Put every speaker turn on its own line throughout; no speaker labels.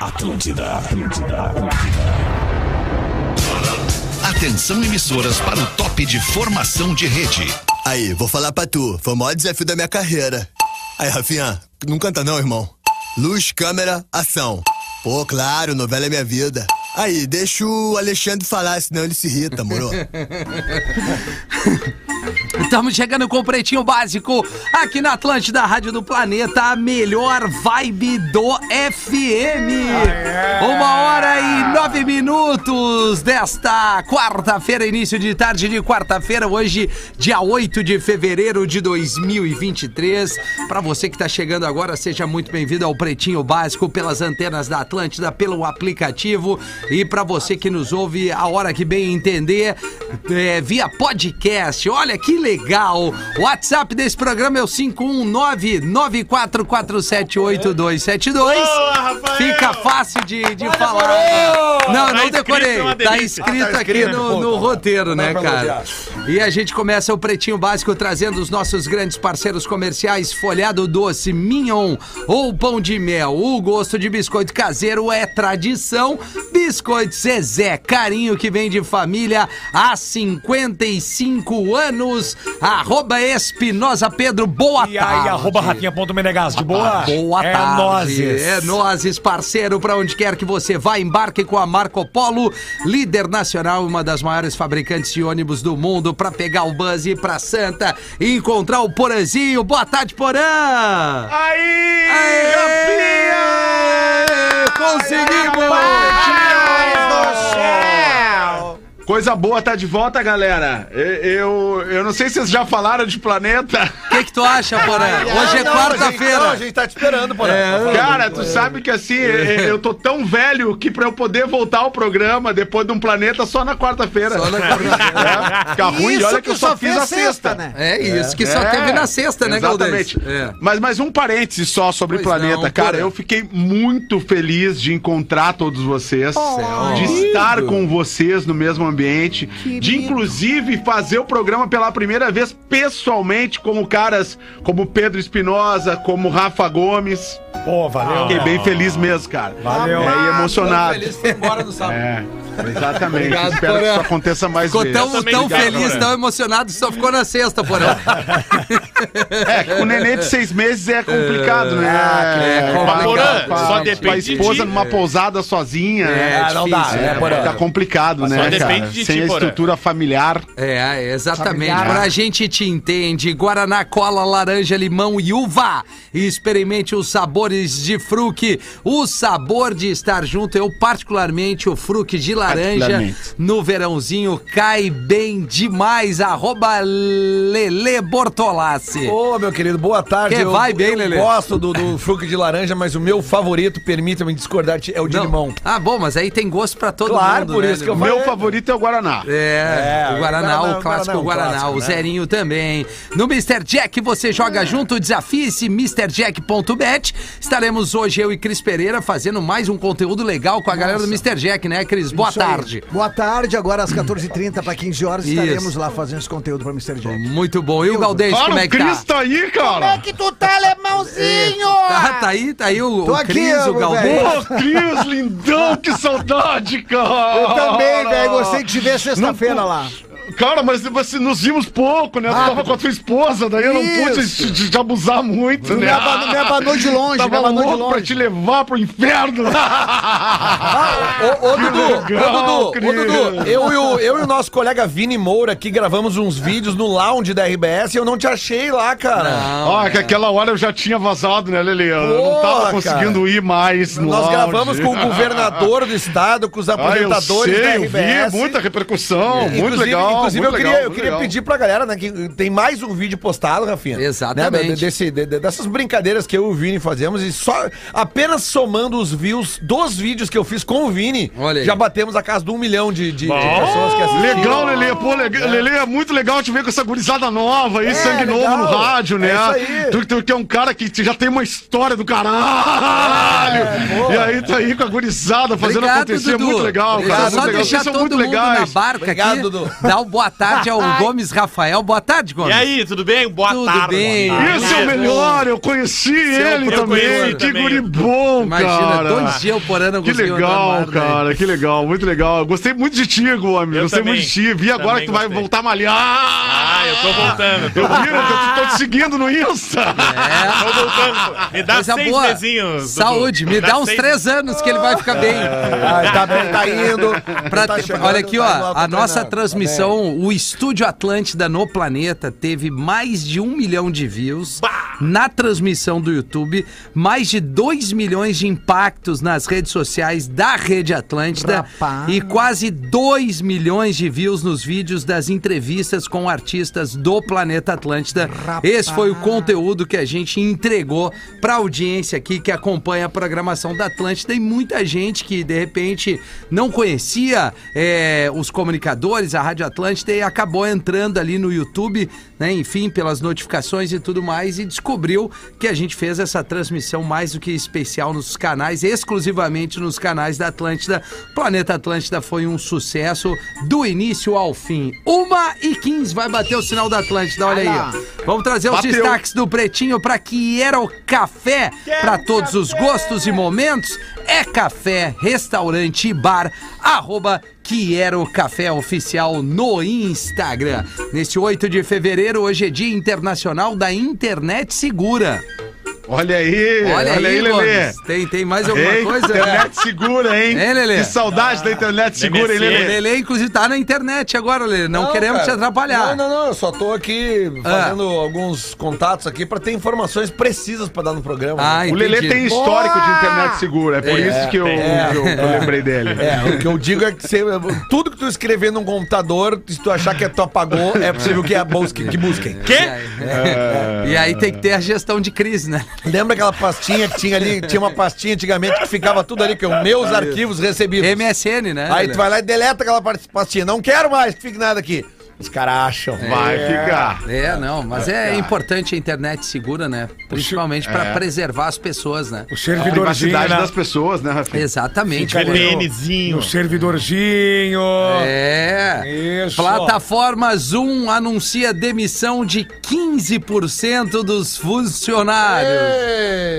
Atlântida, Atlântida, Atlântida.
Atenção emissoras para o top de formação de rede.
Aí, vou falar pra tu, foi o maior desafio da minha carreira. Aí, Rafinha, não canta não, irmão. Luz, câmera, ação. Pô, claro, novela é minha vida. Aí, deixa o Alexandre falar, senão ele se irrita, moro?
Estamos chegando com o Pretinho Básico aqui na Atlântida, Rádio do Planeta, a melhor vibe do FM. Uma hora e nove minutos desta quarta-feira, início de tarde de quarta-feira, hoje, dia 8 de fevereiro de 2023. Para você que está chegando agora, seja muito bem-vindo ao Pretinho Básico pelas antenas da Atlântida, pelo aplicativo e para você que nos ouve a hora que bem entender, é, via podcast. Olha que legal! O WhatsApp desse programa é o 519-94478272. Boa, Fica fácil de, de Olha, falar. Decorou. Não, tá não decorei. Escrito tá escrito, ah, tá escrito aqui no, no roteiro, né, cara? E a gente começa o Pretinho Básico trazendo os nossos grandes parceiros comerciais: Folhado Doce, Mignon ou Pão de Mel. O gosto de biscoito caseiro é tradição. Biscoito Zezé, carinho que vem de família há 55 anos. Arroba Espinosa Pedro, boa e tarde.
E arroba Rafinha.menegas, de
Ah,
boa?
Boa
é
tarde.
Nozes.
É nozes, parceiro, para onde quer que você vá, embarque com a Marco Polo, líder nacional, uma das maiores fabricantes de ônibus do mundo, para pegar o bus e ir pra Santa e encontrar o Porãzinho. Boa tarde, Porã!
Aí! Aê, Rafinha!
Conseguimos! Aê,
Coisa boa tá de volta, galera. Eu, eu, eu não sei se vocês já falaram de planeta.
O que, que tu acha, Porã? Hoje é quarta-feira.
A gente tá te esperando, Porã. É,
cara, tu sabe que assim, eu tô tão velho que pra eu poder voltar ao programa depois de um planeta só na quarta-feira. Só na quarta-feira. É, fica ruim, isso olha que, que eu só, só fiz a sexta. sexta. né?
É isso, que só é, teve na sexta, né,
Exatamente. É. Mas, mas um parêntese só sobre pois planeta, não, cara. Eu fiquei muito feliz de encontrar todos vocês, oh, de lindo. estar com vocês no mesmo ambiente, que de lindo. inclusive fazer o programa pela primeira vez pessoalmente, como caras como Pedro Espinosa, como Rafa Gomes.
Pô, valeu.
Fiquei bem feliz mesmo, cara.
Valeu.
É, e emocionado.
Feliz, foi embora no sábado. É.
Exatamente, Obrigado, espero porra. que isso aconteça mais
ficou vezes. Ficou tão, tão ligado, feliz, porra. tão emocionado, só ficou na sexta, porra.
É, com o neném de seis meses é complicado, né?
É, é complicado. Porã, pra, só depende pra
esposa de... numa pousada sozinha,
é, né? É, não dá,
é, porra. Tá complicado, né,
Só depende de
Sem ti, a estrutura familiar.
É, exatamente. Familiar. Pra gente te entende, Guaraná, cola, laranja, limão e uva. E experimente os sabores de fruque. O sabor de estar junto, eu particularmente o fruque de laranja no verãozinho cai bem demais. Arroba Lele Bortolassi.
Ô, oh, meu querido, boa tarde.
Que eu, vai bem, Lele.
gosto do, do fruque de laranja, mas o meu favorito, permita-me discordar, é o de Não. limão.
Ah, bom, mas aí tem gosto pra todo
claro,
mundo.
Claro, por né, isso que eu
Meu favorito é o Guaraná.
É, é o Guaraná, o, Guaraná, o clássico o Guaraná, o, clássico, o né? Zerinho também. No Mr. Jack você joga junto, desafie-se, MrJack.bet. Estaremos hoje, eu e Cris Pereira, fazendo mais um conteúdo legal com a galera Nossa. do Mr. Jack, né, Cris? Boa Isso tarde.
Aí. Boa tarde, agora às 14h30 para 15 horas Isso. estaremos lá fazendo esse conteúdo para Mr. Jack.
Muito bom. E o Galdês, como é que
Chris tá? Cris tá aí, cara. Como
é que tu tá, alemãozinho?
tá, tá aí, tá aí o, Tô o aqui, Cris, o Galdês.
Ô, Cris, lindão, que saudade, cara.
Oh.
Eu também, velho, gostei de te ver sexta-feira lá.
Cara, mas, mas nos vimos pouco, né? Ah, tu tava com a tua esposa, daí eu não pude te, te, te, abusar
né?
muito,
Me, me abanou de longe,
tava
me abanou
louco de longe. pra te levar pro inferno.
Ah, ô, ô, Dudu, legal, ô, Dudu, ô, Dudu, eu e, o, eu e o nosso colega Vini Moura aqui gravamos uns vídeos no lounge da RBS e eu não te achei lá, cara. Não, né?
Ó, ah, que aquela hora eu já tinha vazado, né, Lele? Eu não tava cara. conseguindo ir mais no
Nós
lounge.
gravamos com o governador do estado, com os apresentadores ah, eu sei, da RBS.
Eu vi, muita repercussão, é. muito legal.
Inclusive, eu queria,
legal,
eu queria legal. pedir pra galera, né, que tem mais um vídeo postado, Rafinha.
Exatamente.
Né, desse, de, dessas brincadeiras que eu e o Vini fazemos e só apenas somando os views dos vídeos que eu fiz com o Vini, já batemos a casa de um milhão de, de, de pessoas que assistiram.
Legal, Lele. Pô, le, é. Lele, é muito legal te ver com essa gurizada nova aí, é, sangue legal. novo no rádio, né? É tu, tu, tu, é um cara que já tem uma história do caralho. É, e aí tá aí com a gurizada fazendo Obrigado, acontecer. Dudu. é Muito legal, Obrigado, cara.
Só
muito legal.
deixar Vocês todo mundo legais. na barca Obrigado, aqui. Dudu. Dá o boa tarde ao Gomes Rafael. Boa tarde,
E
Gomes.
aí, tudo bem? Boa
Tudo
tarde.
bem.
boa tarde.
Esse é o melhor, eu conheci ele
eu conheço
também.
ele
Que
também.
guri bom,
Imagina,
cara.
dois dias o Porã não
Que
conseguiu andar
legal,
no ar, né?
cara, que legal, muito legal. Eu Gostei muito de ti, Gomes.
Eu
Gostei
também,
muito de ti. Vi agora que tu vai
gostei.
voltar a malhar.
Ah, eu tô voltando. Eu
Eu
tô,
vi, eu tô, tô te seguindo no Insta.
É.
tô voltando. Me dá
Coisa
seis
boa.
pezinhos. Dudu.
Saúde, me dá uns
seis-
três anos que ele vai ficar bem.
Ah, tá bem, tá indo.
Pra
tá
ter-
chegando,
olha aqui,
tá
ó,
indo lá
a
pra
nossa
treinar.
transmissão, o Estúdio Atlântida no Planeta, teve mais de um milhão de views na transmissão do YouTube, mais de dois milhões de impactos nas redes sociais da Rede Atlântida
Rapaz.
e quase dois milhões de views nos vídeos das entrevistas com artistas do Planeta Atlântida. Esse foi o conteúdo que a gente entregou pra audiência aqui que acompanha a programação da Atlântida e muita gente que de repente não conhecia é, os comunicadores, a Rádio Atlântida e acabou entrando ali no YouTube, né, enfim, pelas notificações e tudo mais e descobriu que a gente fez essa transmissão mais do que especial nos canais, exclusivamente nos canais da Atlântida. Planeta Atlântida foi um sucesso do início ao fim. Uma e 15 vai bater o sinal da Atlântida, olha aí. ó. Vamos trazer os destaques do Pretinho para que era o café para todos os gostos
né?
e momentos. É café, restaurante e bar, arroba que era o café oficial no Instagram. Neste 8 de fevereiro, hoje é Dia Internacional da Internet Segura.
Olha aí,
Olha, aí,
Lelê.
Gomes. Tem, tem mais alguma
Ei,
coisa? né?
internet segura, hein?
É, Lelê?
Que saudade da internet segura, hein,
MSN.
O
Lelê?
Lele, inclusive, tá na internet agora, Lele. Não, queremos
cara.
te atrapalhar.
Não, não, não. Eu só tô aqui fazendo alguns contatos aqui pra ter informações precisas pra dar no programa.
Ah,
né?
O Lelê tem histórico de internet segura, é por isso que eu,
é.
que eu- que eu lembrei dele.
É, o que eu digo é que você- tudo que tu escrever num computador, se tu achar que é tu apagou, é possível que, é a busque, que busquem.
Quê? é.
Ah.
E aí tem que ter a gestão de crise, né?
Lembra aquela pastinha que tinha ali? Tinha uma pastinha antigamente que ficava tudo ali, que é os meus arquivos recebidos.
MSN, né?
Aí
Lelê?
tu vai lá e deleta aquela parte- pastinha. Não quero mais que fique nada aqui. Os caras acham.
Vai ficar.
É, não, mas é importante a internet segura, né? Principalmente pra
É.
preservar as pessoas, né?
O
A
servidorzinho,
privacidade
né?
das pessoas, né, Rafinha?
Exatamente.
Fica
Lelê.
VPNzinho.
O servidorzinho.
É.
Isso.
Plataforma Zoom anuncia demissão de 15% dos funcionários.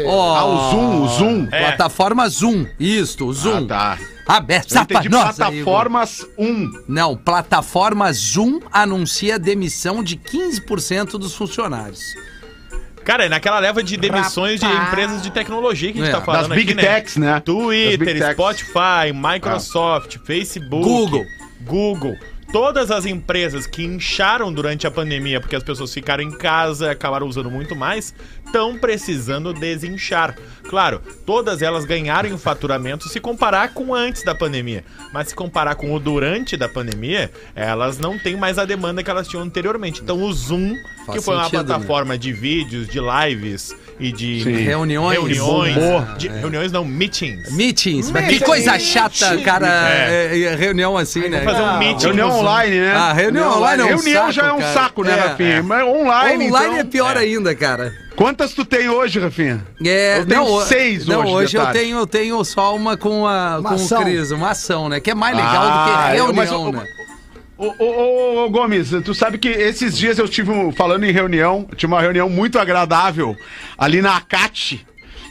Ó,
Ah, o Zoom, o Zoom.
É.
Plataforma Zoom, isto, o Zoom.
Ah, tá. Eu
Aberta
entendi
pra nós. aí, Igor.
plataformas 1.
Não, plataforma Zoom anuncia demissão de 15% dos funcionários.
Cara, é naquela leva de demissões de empresas de tecnologia que a gente
É,
tá
das
falando
Das Big
aqui,
Techs, né? Das
Twitter,
Big Techs.
Spotify, Microsoft, Facebook,
Ah. Google.
Google. Todas as empresas que incharam durante a pandemia porque as pessoas ficaram em casa, acabaram usando muito mais, estão precisando desinchar. Claro, todas elas ganharam em faturamento se comparar com antes da pandemia, mas se comparar com o durante da pandemia, elas não têm mais a demanda que elas tinham anteriormente. Então o Zoom,
Faz
que foi uma
sentido, né?
plataforma de vídeos, de lives e de
Sim.
Reuniões.
reuniões,
bombou.
de- reuniões não, meetings.
Meetings, mas que coisa chata, cara, é, é, reunião assim, né?
Fazer um meeting.
Reunião
no Zoom.
online, né?
Ah, reunião online é um
Reunião já é
saco,
um
cara.
saco, né,
É,
Rafinha?
é.
Mas online,
Online é
então...
pior ainda, cara.
Quantas tu tem hoje, Rafinha?
É,
Eu tenho
não, o-
seis
não,
hoje,
hoje eu
detalhe.
tenho, eu tenho só uma com, a,
Uma
com
ação.
o Cris, uma ação, né? Que é mais legal do
Ah,
que
eu-
reunião,
mas eu-
né?
Ô, ô, ô, ô, Gomes, tu sabe que esses dias eu tive um- falando em reunião, tive uma reunião muito agradável ali na ACAT.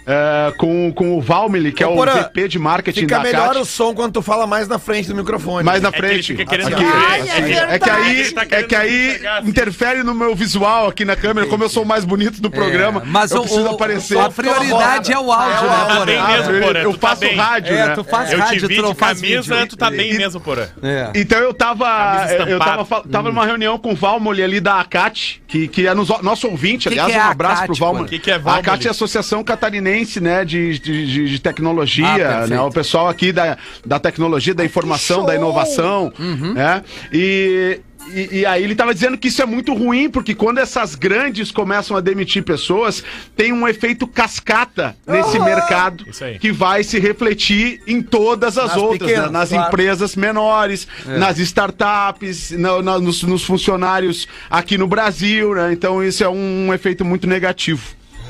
eh, com, com o Valmeli, que
Ô,
é o
Porã,
VP de marketing
Fica
da
melhor
ACAT.
o som quando tu fala mais na frente do microfone.
Mais na
É que ele
frente.
fica querendo
Aqui.
ver,
Ai, é
Assim. é, que
verdade.
aí,
Ele tá
é
querendo
que aí
enxergar, assim.
interfere no meu visual aqui na câmera, como eu sou o mais bonito do programa.
É, mas
eu
o-
preciso
o-
aparecer.
a prioridade é o áudio,
Tá
né,
bem
Porã?
mesmo,
eu-
Porã,
eu
tu tá
faço
bem.
rádio,
É,
né?
tu faz
Eu
rádio,
te vi
tu não
de
faz
camisa,
vídeo.
tu tá bem
E-
mesmo, Porã.
É. Hum.
Então eu tava.
Camisa
Eu
estampada.
tava, fa- tava numa reunião com o Valmoli ali da ACAT, que, que é nos- nosso ouvinte,
Que
aliás,
que é
um
a
abraço
ACAT,
pro
pô?
Valmoli.
Que que é
a
Valmoli?
ACAT é a Associação Catarinense, né, de, de, de- de
Ah,
Tecnologia,
perfeito.
né? O pessoal aqui da, da tecnologia, da informação, da inovação,
Uhum.
né? E. E, e aí ele tava dizendo que isso é muito ruim, porque quando essas grandes começam a demitir pessoas, tem um efeito cascata nesse
Ah!
mercado
Isso aí.
que vai se refletir em todas as
Nas
outras, né?
pequenas,
nas
claro.
empresas empresas menores,
É.
nas startups, na- na- nos, nos funcionários aqui no Brasil, né? Então isso é um efeito muito um negativo.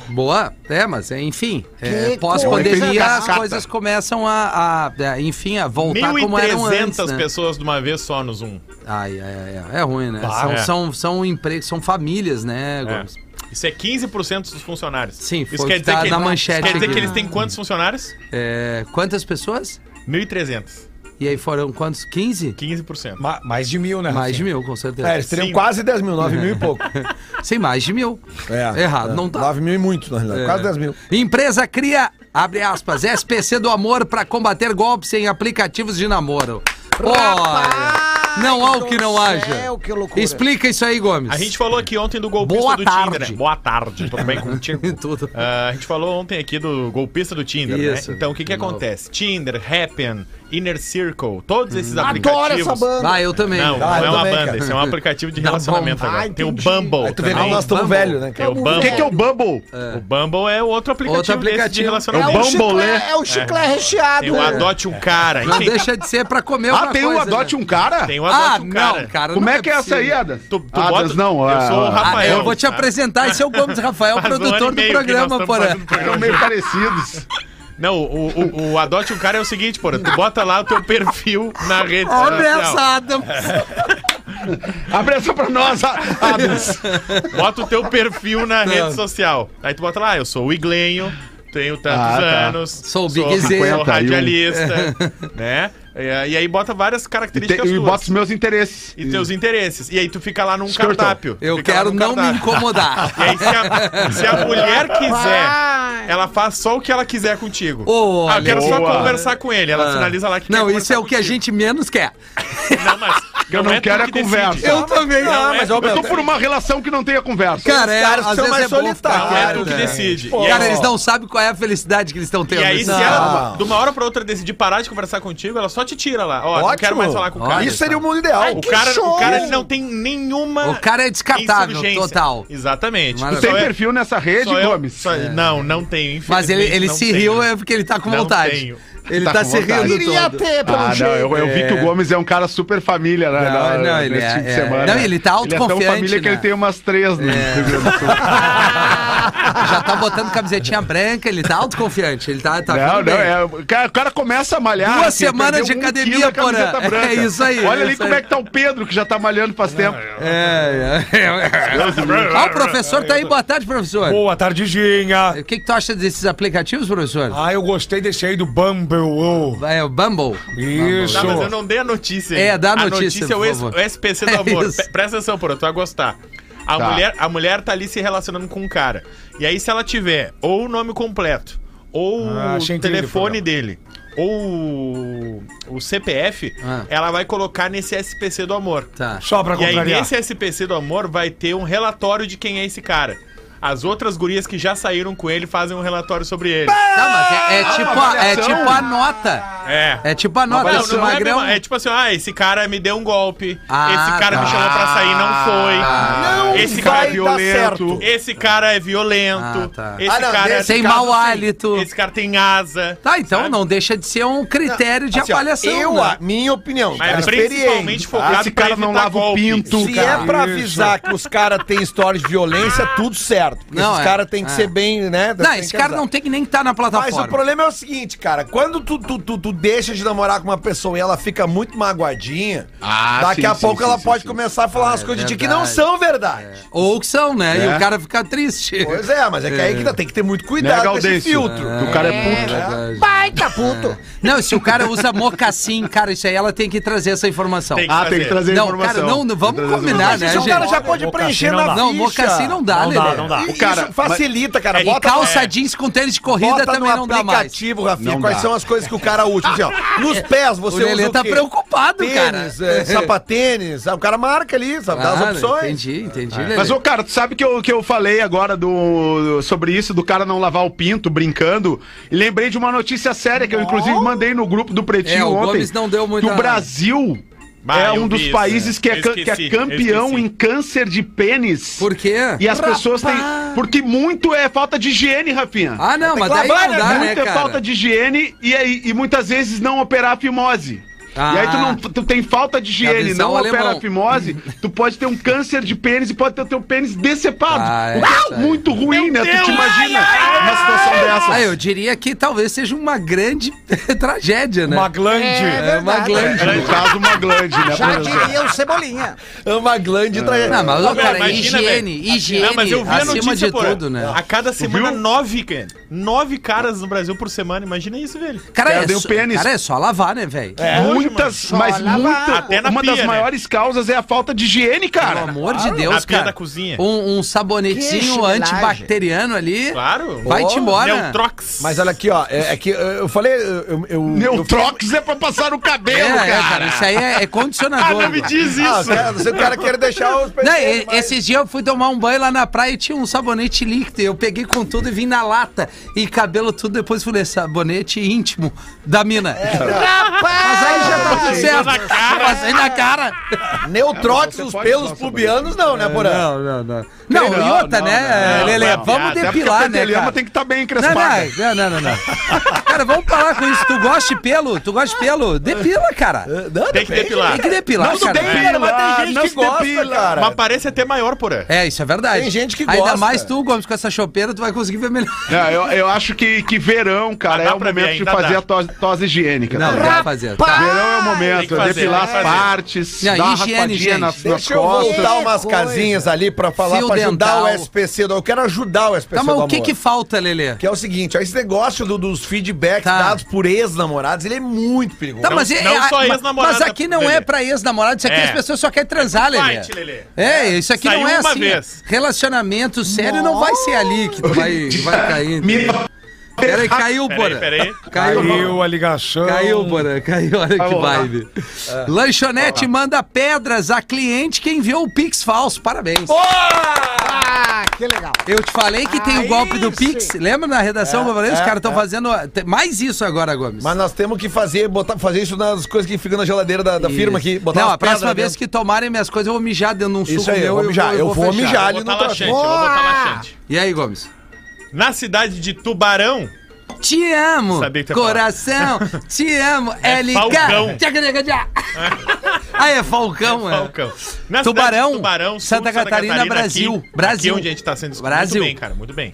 Boa, é, mas é, enfim, é,
Que
pós-pandemia
coisa
as
chata.
coisas começam a, a- a, enfim, a voltar tá como eram antes,
1.300
né?
pessoas de uma vez só um. no Zoom.
Ai, ai, ai, é ruim, né?
Bah,
são,
é.
são, são empregos, são famílias, né,
É.
Gomes?
Isso é 15% dos funcionários.
Sim,
Isso
foi
quer
o que
dizer
tá
que
na manchete
Quer dizer
aqui.
que eles têm quantos funcionários?
É, quantas pessoas?
1.300.
E aí foram quantos? 15?
15%.
Ma- mais de mil, né?
Mais de
Rafinha?
mil, com certeza.
Ah, É, eles teriam
Sim.
quase 10 mil, 9 mil e pouco.
Sim, mais de mil.
É,
Errado, não tá.
9 mil e muito, na realidade.
É.
Quase 10 mil.
Empresa cria, abre aspas, SPC do amor para combater golpes em aplicativos de namoro. Olha, não há o que não haja.
Céu, que loucura.
Explica isso aí, Gomes.
A gente falou aqui ontem do golpista
Boa
do
tarde.
Tinder. né? Boa tarde, tudo bem contigo?
Tudo.
Ah, a gente falou ontem aqui do golpista do Tinder,
Isso.
né? Então, o que que
De novo.
acontece? Tinder, Happn, Inner Circle, todos
Hum.
esses aplicativos...
Adoro essa banda.
Ah, eu também.
Não,
Ah,
não é
eu
uma
também,
banda,
cara.
isso é um aplicativo de
Dá
relacionamento
bom.
agora.
Ah,
Tem o
entendi.
Bumble
Aí tu vê como
também.
nós estamos
Bumble.
velhos, né,
Tem
cara?
o Bumble.
O que, que é o Bubble?
O Bumble é outro aplicativo,
Outro aplicativo.
desse de
É o É.
relacionamento.
É o
o
bambolê.
chiclé- É o chiclé recheado.
né? Tem o Adote um Cara,
Não
enfim.
deixa de ser pra
É
comer
Ah,
alguma
tem o
coisa,
Adote
né?
um Cara?
Tem o
Ah,
Adote um Cara.
não, cara.
Como
não
é que é essa aí,
possível.
Adas?
Tu- tu
Adas,
bota-
não.
Eu
ah,
sou um o
ah,
Rafael.
Ah, eu vou te apresentar, esse é o Gomes Rafael,
Faz um ano e
produtor do
meio que nós
programa,
estamos
Porã.
fazendo
São
programa
meio parecidos.
Não, o, o, o Adote um Cara é o seguinte, porra. Tu bota lá o teu perfil na rede
Olha
social.
essa, Adam.
É.
Abre essa pra nós, ah, a- Adas.
Bota o teu perfil na
Não.
rede social. Aí tu bota lá, eu sou o Iglenho, tenho tantos
Ah, tá.
anos.
Sou o Big Z. um.
Sou
51.
radialista, né? É, E aí bota várias
E, tem-
características
e
tuas.
bota os meus interesses.
E teus interesses. E aí tu fica lá num
Skirtle.
cardápio.
Eu
Fica lá
quero
num
não me
cardápio.
incomodar.
E aí, se a, se a mulher quiser, ela faz só o que ela quiser contigo.
Olha,
ah, eu quero
boa.
só conversar com ele. Ela sinaliza lá que
Ah. Não,
quer
isso é o que a
conversar
gente menos quer.
contigo. Não, mas
Eu não
é tu
quero é
que decide.
conversa.
Eu
um
também
ah,
não.
Não, é tu-
Eu tô por uma relação que não tenha conversa.
Cara, é,
caras que
às
são
vezes
mais
é bom ficar
não é tu
solitários,
quieto,
que
né?
decide. E aí-
Cara, eles não sabem qual é a felicidade que eles estão tendo.
E aí, se
Não.
ela, de uma hora pra outra, decidir parar de conversar contigo, ela só te tira lá. Ó, não quero mais falar com o cara.
Isso seria o mundo ideal.
o cara, o
show!
cara ele não tem nenhuma.
O cara é descartável,
insurgência.
total.
Exatamente.
Maravilha.
Tu tem
Só é-
perfil nessa rede,
só eu-
Gomes?
só- Não, não tenho.
É. Mas ele,
infelizmente,
ele
não né?
se
tenho.
riu é porque ele tá com
Não
vontade.
tenho.
Ele tá,
Tá com
se
vontade.
rindo
Queria
todo.
ter, pelo
Ah, não,
jeito.
eu, eu vi que o Gomes é um cara super família,
Não,
né? na-
não, ele
nesse
é-
fim de
é.
semana.
Não, ele tá
Ele é tão
autoconfiante,
família que
né? É.
ele tem umas três, né? Rio Grande do Sul.
Já tá botando camisetinha branca, ele tá autoconfiante. Ele tá, tá
Não,
vindo
não,
bem.
é, o cara- o cara começa a malhar.
Duas
assim,
semanas de
perdeu um
academia,
quilo da camiseta
Porã.
branca.
É isso aí,
Olha
é
ali
isso
como
aí.
é que tá o Pedro, que já tá malhando faz tempo.
É, é, é. Ah, o professor tá aí. Boa tarde, professor.
Boa tarde, Ginha.
O que, que tu acha desses aplicativos, professor?
Ah, eu gostei desse aí do Bumble. oh.
É o Bumble.
Isso.
Tá, mas eu não dei a notícia.
É, dá a
A
notícia,
notícia é o,
por
S-
favor.
o SPC do
É
amor.
isso.
Pre- Presta atenção, porra, tu vai gostar. A,
Tá.
mulher, a mulher tá ali se relacionando com um cara. E aí, se ela tiver ou o nome completo, ou
Ah, achei
o
incrível
telefone
o programa.
dele, ou o, o CPF,
Ah.
ela vai colocar nesse SPC do amor.
Tá.
Só pra
E aí,
contrariar.
nesse SPC do amor, vai ter um relatório de quem é esse cara. As outras gurias que já saíram com ele fazem um relatório sobre ele.
Tá, mas é, é tipo a, é
avaliação.
tipo a nota.
É.
É tipo a nota.
Não,
Esse
não é,
magrão.
mesmo- é tipo assim, ah, esse cara me deu um golpe,
Ah,
esse cara
tá.
me chamou pra sair, não foi.
Ah,
esse
cara
cara
vai
é
é
violento.
violento.
Esse cara é violento.
Ah, tá.
Esse
Ah, não,
cara é
desse
Sem
esse
mau
cara-
hálito.
Esse cara tem asa.
Tá, então não deixa de ser um critério de
Assim, ó,
avaliação.
eu,
né?
a minha opinião, cara,
Mas
experiente.
principalmente focado
Esse cara
pra
não
evitar
lava o
golpe.
pinto.
Se
cara.
é pra
Isso.
avisar que os caras têm história de violência, tudo certo. Porque
Não,
esses
é.
caras têm que
É.
ser bem, né?
Não, esse cara tá não tem que nem estar na
Mas o
plataforma.
problema é o seguinte, cara, quando tu, tu, tu, tu deixa de namorar com uma pessoa e ela fica muito magoadinha,
Ah,
daqui
sim,
a
sim,
pouco
sim,
ela
sim,
pode
sim.
começar a falar umas
é
coisas de ti que
verdade.
não são verdade.
Ou que são, né? E
É.
o cara fica triste.
Pois é, mas é que aí que dá, tem que ter muito cuidado com esse filtro.
O cara é puto.
Verdade. É.
Baita puto.
Não, se o cara usa mocassim, cara, isso aí ela tem que trazer essa informação.
Tem que
Ah, tem que trazer
Não,
informação.
cara, não, não, vamos
Tem que trazer
combinar,
informação.
né,
Isso o cara
gente?
já pode
Mocassim
preencher
não
na
dá.
Não,
ficha.
mocassim não dá, né?
Não dá,
Lelê.
não dá.
O
O cara-
cara facilita, cara.
É, e
E
bota
calça jeans com tênis de corrida
Bota
também
no
não dá mais.
aplicativo, Rafinha,
Não
quais
dá.
são as coisas que o cara usa. Assim, ó, nos pés
O
você usa
Lelê
o
tá
quê?
preocupado, cara.
Tênis, é, sapatênis. sabe? O cara marca ali, sabe? dá
Ah,
as opções.
Entendi, entendi, Lelê.
Mas, ô, cara, tu sabe que eu, que eu falei agora do, sobre isso, do cara não lavar o pinto brincando? E lembrei de uma notícia séria que eu, inclusive, mandei no grupo do Pretinho
É, o
ontem.
Gomes não deu muita-
Que o Brasil
Bah,
é
eu
um dos
vi isso,
países
é.
que, é,
Eu
can- que é
esqueci, eu
campeão
esqueci.
em câncer de pênis.
Por quê?
E as pessoas têm... Porque muito é falta de higiene, Rafinha.
Ah, não, mas daí
lavar,
não dá, né,
é Muita
cara?
falta de higiene e, aí- e muitas vezes não operar a fimose.
Ah.
E aí tu, não, tu tem falta de higiene,
Atenção,
não
alemão.
opera a fimose, tu pode ter um câncer de pênis e pode ter o teu pênis decepado.
Ah, é
o que
isso
é
aí.
muito ruim, né?
Deus!
tu te imagina uma situação dessa.
Ah,
é,
eu diria que talvez seja uma grande tragédia, né?
Uma glande.
É uma glande.
No caso, uma glande, né?
Já
por exemplo.
diria o Cebolinha. É.
Ama grande tra...
Não, mas, ó,
Cara,
cara,
imagina,
higiene,
velho.
higiene,
Não, mas eu vi a
acima
notícia,
de
porra.
tudo, né?
A cada semana,
viu?
nove, cara. Nove caras no Brasil por semana. Imagina isso, velho.
Cara, é
Perdem o
só,
pênis. É,
cara, é só lavar, né, velho?
É,
muitas, mas
Olha lá.
muita,
Até na
uma
pia,
das
né?
maiores causas é a falta de higiene, cara.
Pelo amor de
Na
Deus,
pia
cara.
da cozinha.
Um, um sabonetezinho
Que
antibacteriano ali.
Claro.
Vai-te embora.
Neutrox.
Mas olha aqui, ó. É, é que eu- eu falei. Eu, eu- eu-
Neutrox é pra passar no
É,
cabelo,
é, cara,
cara.
isso aí é, é
Ah,
condicionador.
não me
mano.
diz
Ah,
isso.
cara, se o cara quer deixar os
Não, e- esses dias eu fui tomar um banho lá na praia e tinha um sabonete líquido. Eu peguei com tudo e vim na lata. E cabelo tudo, depois falei, sabonete íntimo da mina.
Mas aí já tá
Tá certo. Passei na cara.
Neutrox, os pelos pubianos, não, né, Porã?
É, não, não. Não,
Não,
e outra,
não,
né,
não,
Lelê?
não.
vamos
Até
É
porque
depilar, né,
Panteleama
cara?
tem que né? estar bem
Não,
encrespada.
não, não, não, não. Cara, vamos parar com isso. Tu gosta de pelo? Tu gosta de pelo? Depila, cara.
Tem que depilar.
Tem que depilar, cara.
Cara, mas tem gente
não
que
se
gosta,
depila.
cara.
Mas parece até maior, porra.
É, isso é verdade.
Tem gente que
Ainda
gosta.
mais tu, Gomes, com essa chopeira, tu vai conseguir ver melhor.
Não, eu, eu acho que, que verão, cara,
Ah, dá
é o
pra ver,
momento de
ainda
fazer
dá.
a tose, tose higiênica.
Não,
cara.
dá pra fazer. tá.
Verão é o
Tem que
momento, é
fazer,
depilar
tem que
as
fazer.
partes,
Não,
dar uma
higiene,
raspadinha
gente.
nas, nas
Deixa eu
costas. É
voltar umas
Que
casinhas ali pra falar,
Fio
pra ajudar
dental.
o SPC. do- Eu quero ajudar o SPC
Tá, mas
do
o que
amor.
que falta, Lelê?
Que é o seguinte, ó, esse negócio do- dos feedbacks
Tá.
dados por ex-namorados, ele é muito perigoso.
Tá, mas, é-
não
é-
só
mas-
ex-namorada,
mas aqui não é
Lelê.
pra ex-namorado, isso aqui
É.
as pessoas só querem transar, Lelê.
fight, Lelê.
É, isso aqui
Saiu
não é
uma
assim.
vez.
Relacionamento sério não vai ser ali que tu vai, que vai cair.
Me-
Peraí, caiu, Porã.
peraí.
Caiu,
Caiu a ligação.
Caiu, Porã, caiu, olha que
voltar.
vibe. Lanchonete manda pedras a cliente que enviou o Pix falso, parabéns.
Ah, que legal.
Eu te falei que tem o
Aí
golpe do
sim.
Pix, lembra na redação que eu falei? Os
é,
caras estão fazendo tem mais isso agora, Gomes.
Mas nós temos que fazer, botar, fazer isso nas coisas que ficam na geladeira da, da firma aqui. Botar
Não,
umas
a próxima
pedras
vez
dentro.
que tomarem minhas coisas, eu vou mijar dentro de um
Isso
suco
aí,
meu.
eu vou mijar, eu vou
fechar.
mijar
Vou
ali
botar
no troço.
laxante, eu vou botar laxante.
E aí, Gomes?
Na cidade de Tubarão,
Te amo,
Sabia que tu ia
coração, te amo,
É
LK.
Falcão.
Tchaca, tchaca, tchaca. Ah, é Falcão, é.
Falcão. Na
Tubarão,
cidade de Tubarão, sul
Santa
de
Catarina, Brasil.
Aqui,
Brasil.
Aqui onde a gente tá sendo escutado.
Brasil.
Muito bem, cara, muito bem.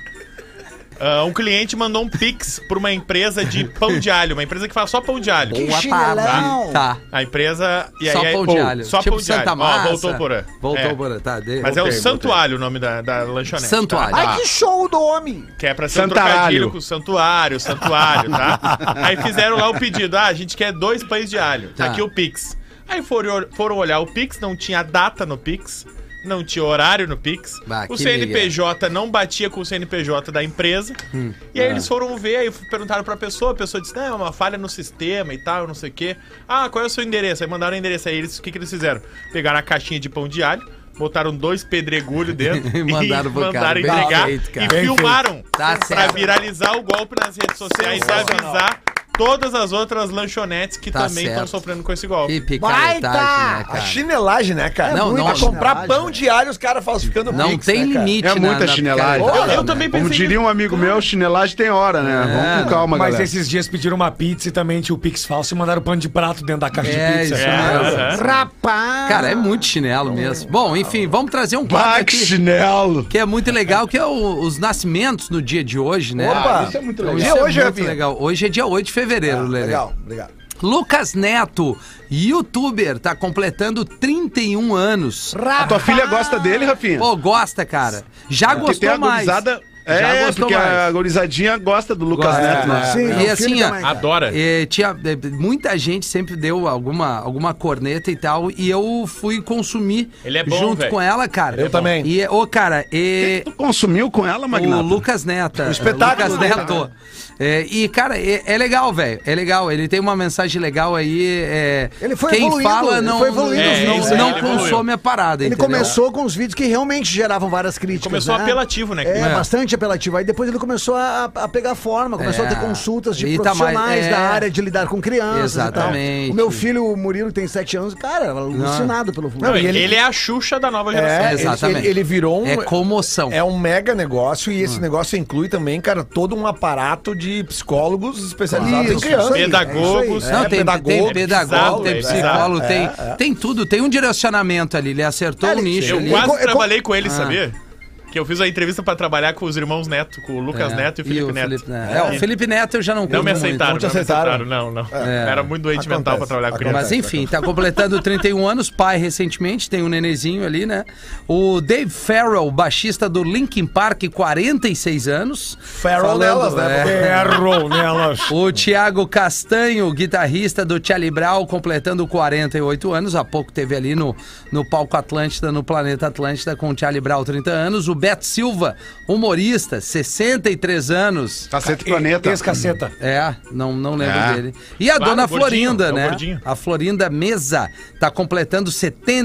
Ah, um cliente mandou um pix pra uma empresa de pão de alho, uma empresa que faz só pão de alho.
Que
Um
Tá.
chinelão.
tá.
A empresa. E
só
aí,
pão
pô,
de alho.
Só
tipo
pão de
Santa
alho.
Massa.
Ó, voltou por
Voltou
é.
por tá. De...
Mas é o Santuário o nome da, da lanchonete.
Santuário.
Tá?
Ai, que show o nome.
Que é pra ser um
Santaralho.
trocadilho com santuário, santuário, tá? Aí fizeram lá o pedido. Ah, a gente quer dois pães de alho.
Tá.
Aqui o Pix. Aí foram, foram olhar o Pix, não tinha data no Pix, não tinha horário no Pix.
Bah,
o
que
CNPJ não batia com o CNPJ da empresa.
Hum,
E
tá.
aí eles foram ver, aí perguntaram pra pessoa, a pessoa disse, não, é uma falha no sistema e tal, não sei o quê. Ah, qual é o seu endereço? Aí mandaram o endereço. Aí eles, o que, que eles fizeram? Pegaram a caixinha de pão de alho, botaram dois pedregulhos dentro
E mandaram pro cara.
mandaram
Bem
entregar
feito, cara.
e
Bem
filmaram
Tá
pra
certo.
viralizar o golpe nas redes sociais e avisar todas as outras lanchonetes que
Tá
também estão
certo.
sofrendo com esse golpe.
Que picaretagem, né,
A
cara?
chinelagem, né, cara?
Não, não,
pra
não.
comprar pão diário, os caras falsificando
Não
Pix,
tem
né, cara?
limite,
É muita chinelagem.
Eu,
Olha,
eu também
Como
pensei
diria um
Ah.
amigo meu, chinelagem tem hora,
É.
né? Vamos com calma,
Mas
galera.
esses dias pediram uma pizza e também tinha o Pix falso e mandaram pano de prato dentro da caixa
É,
de pizza.
isso
nisso.
mesmo.
Aham.
Rapaz.
Cara, é muito chinelo mesmo. Bom, enfim, vamos trazer um quadro
Vai, que
aqui
chinelo!
que é muito legal, que é o- os nascimentos no dia de hoje, né?
Opa!
isso é muito
Então,
legal.
isso
Dia
é
hoje,
muito
Rafinha?
legal. Hoje é dia 8 de
Ah,
fevereiro, Lelê.
Legal, obrigado.
Lucas Neto, youtuber, tá completando 31 anos.
A tua filha gosta dele, Rafinha?
Pô, gosta, cara. Já
porque tem a
gostou mais.
gorizada.
Já
É,
gostou
porque a
mais.
gorizadinha gosta do Lucas
Gosta,
Neto, né?
Sim,
E
é um
assim,
filme
ó,
também, cara.
Adora.
É, tinha, é, muita gente sempre deu alguma, alguma corneta e tal, e eu fui consumir
Ele é bom,
junto
velho.
com ela, cara.
Eu também.
E, ô, cara, e,
Tu consumiu com ela,
o
Magnata?
Lucas Neto. O
espetáculo
Lucas
dele,
Neto. É, e, cara, é, é legal, velho. É legal. Ele tem uma mensagem legal aí. é,
Ele foi
Quem
evoluindo,
fala
ele
não,
foi evoluindo
os
não,
vídeos, né?
não
Ele evoluiu.
consome a parada,
Ele
entendeu?
começou com os vídeos que realmente geravam várias críticas.
Começou
né?
apelativo, né?
É,
cara?
bastante apelativo. Aí depois ele começou a, a pegar forma, começou
É.
a ter consultas de
E tá mais-
profissionais
é.
da área de lidar com crianças. e tal.
Exatamente.
O meu filho, o Murilo, tem sete anos. Cara, alucinado pelo
Não,
e
ele... ele é a Xuxa da nova geração.
É,
ele-
exatamente.
Ele, ele virou um.
É Hum. comoção.
É um mega negócio e esse negócio inclui também, cara, todo um aparato de psicólogos especializados
Isso,
em criança.
isso aí.
Pedagogos.
Não,
É,
tem
pedagogo,
pedagogo,
é
tem,
bizarro,
pedagogo, tem
é
psicólogo,
bizarro.
tem,
É, é.
tem tudo. Tem um direcionamento ali. Ele acertou
Cara,
o nicho
Eu
ali.
quase
co- é co-
trabalhei com
Ah.
ele, sabia? Que eu fiz a entrevista pra trabalhar com os irmãos Neto, com o Lucas
É,
Neto e o Felipe Neto.
É, o Felipe Neto eu já não
Não
curto
me
muito.
aceitaram, não,
te
me
aceitaram?
aceitaram, não, não.
É.
Era muito doente
Acontece,
mental pra trabalhar com criança.
Mas enfim, tá completando 31 anos, pai recentemente, tem um nenezinho ali, né? O Dave Farrell, baixista do Linkin Park, 46 anos.
Farrell delas, né?
É.
Errou nelas.
O Thiago Castanho, guitarrista do Charlie Brown, completando 48 anos. Há pouco teve ali no, no palco Atlântida, no Planeta Atlântida, com o Charlie Brown, 30 anos. O Beto Silva, humorista, 63 anos.
Cacete Planeta.
Esse caceta.
É, não, não lembro
É.
dele. E a
Claro,
dona
o gordinho,
Florinda,
é o
né?
gordinho.
a Florinda Mesa tá completando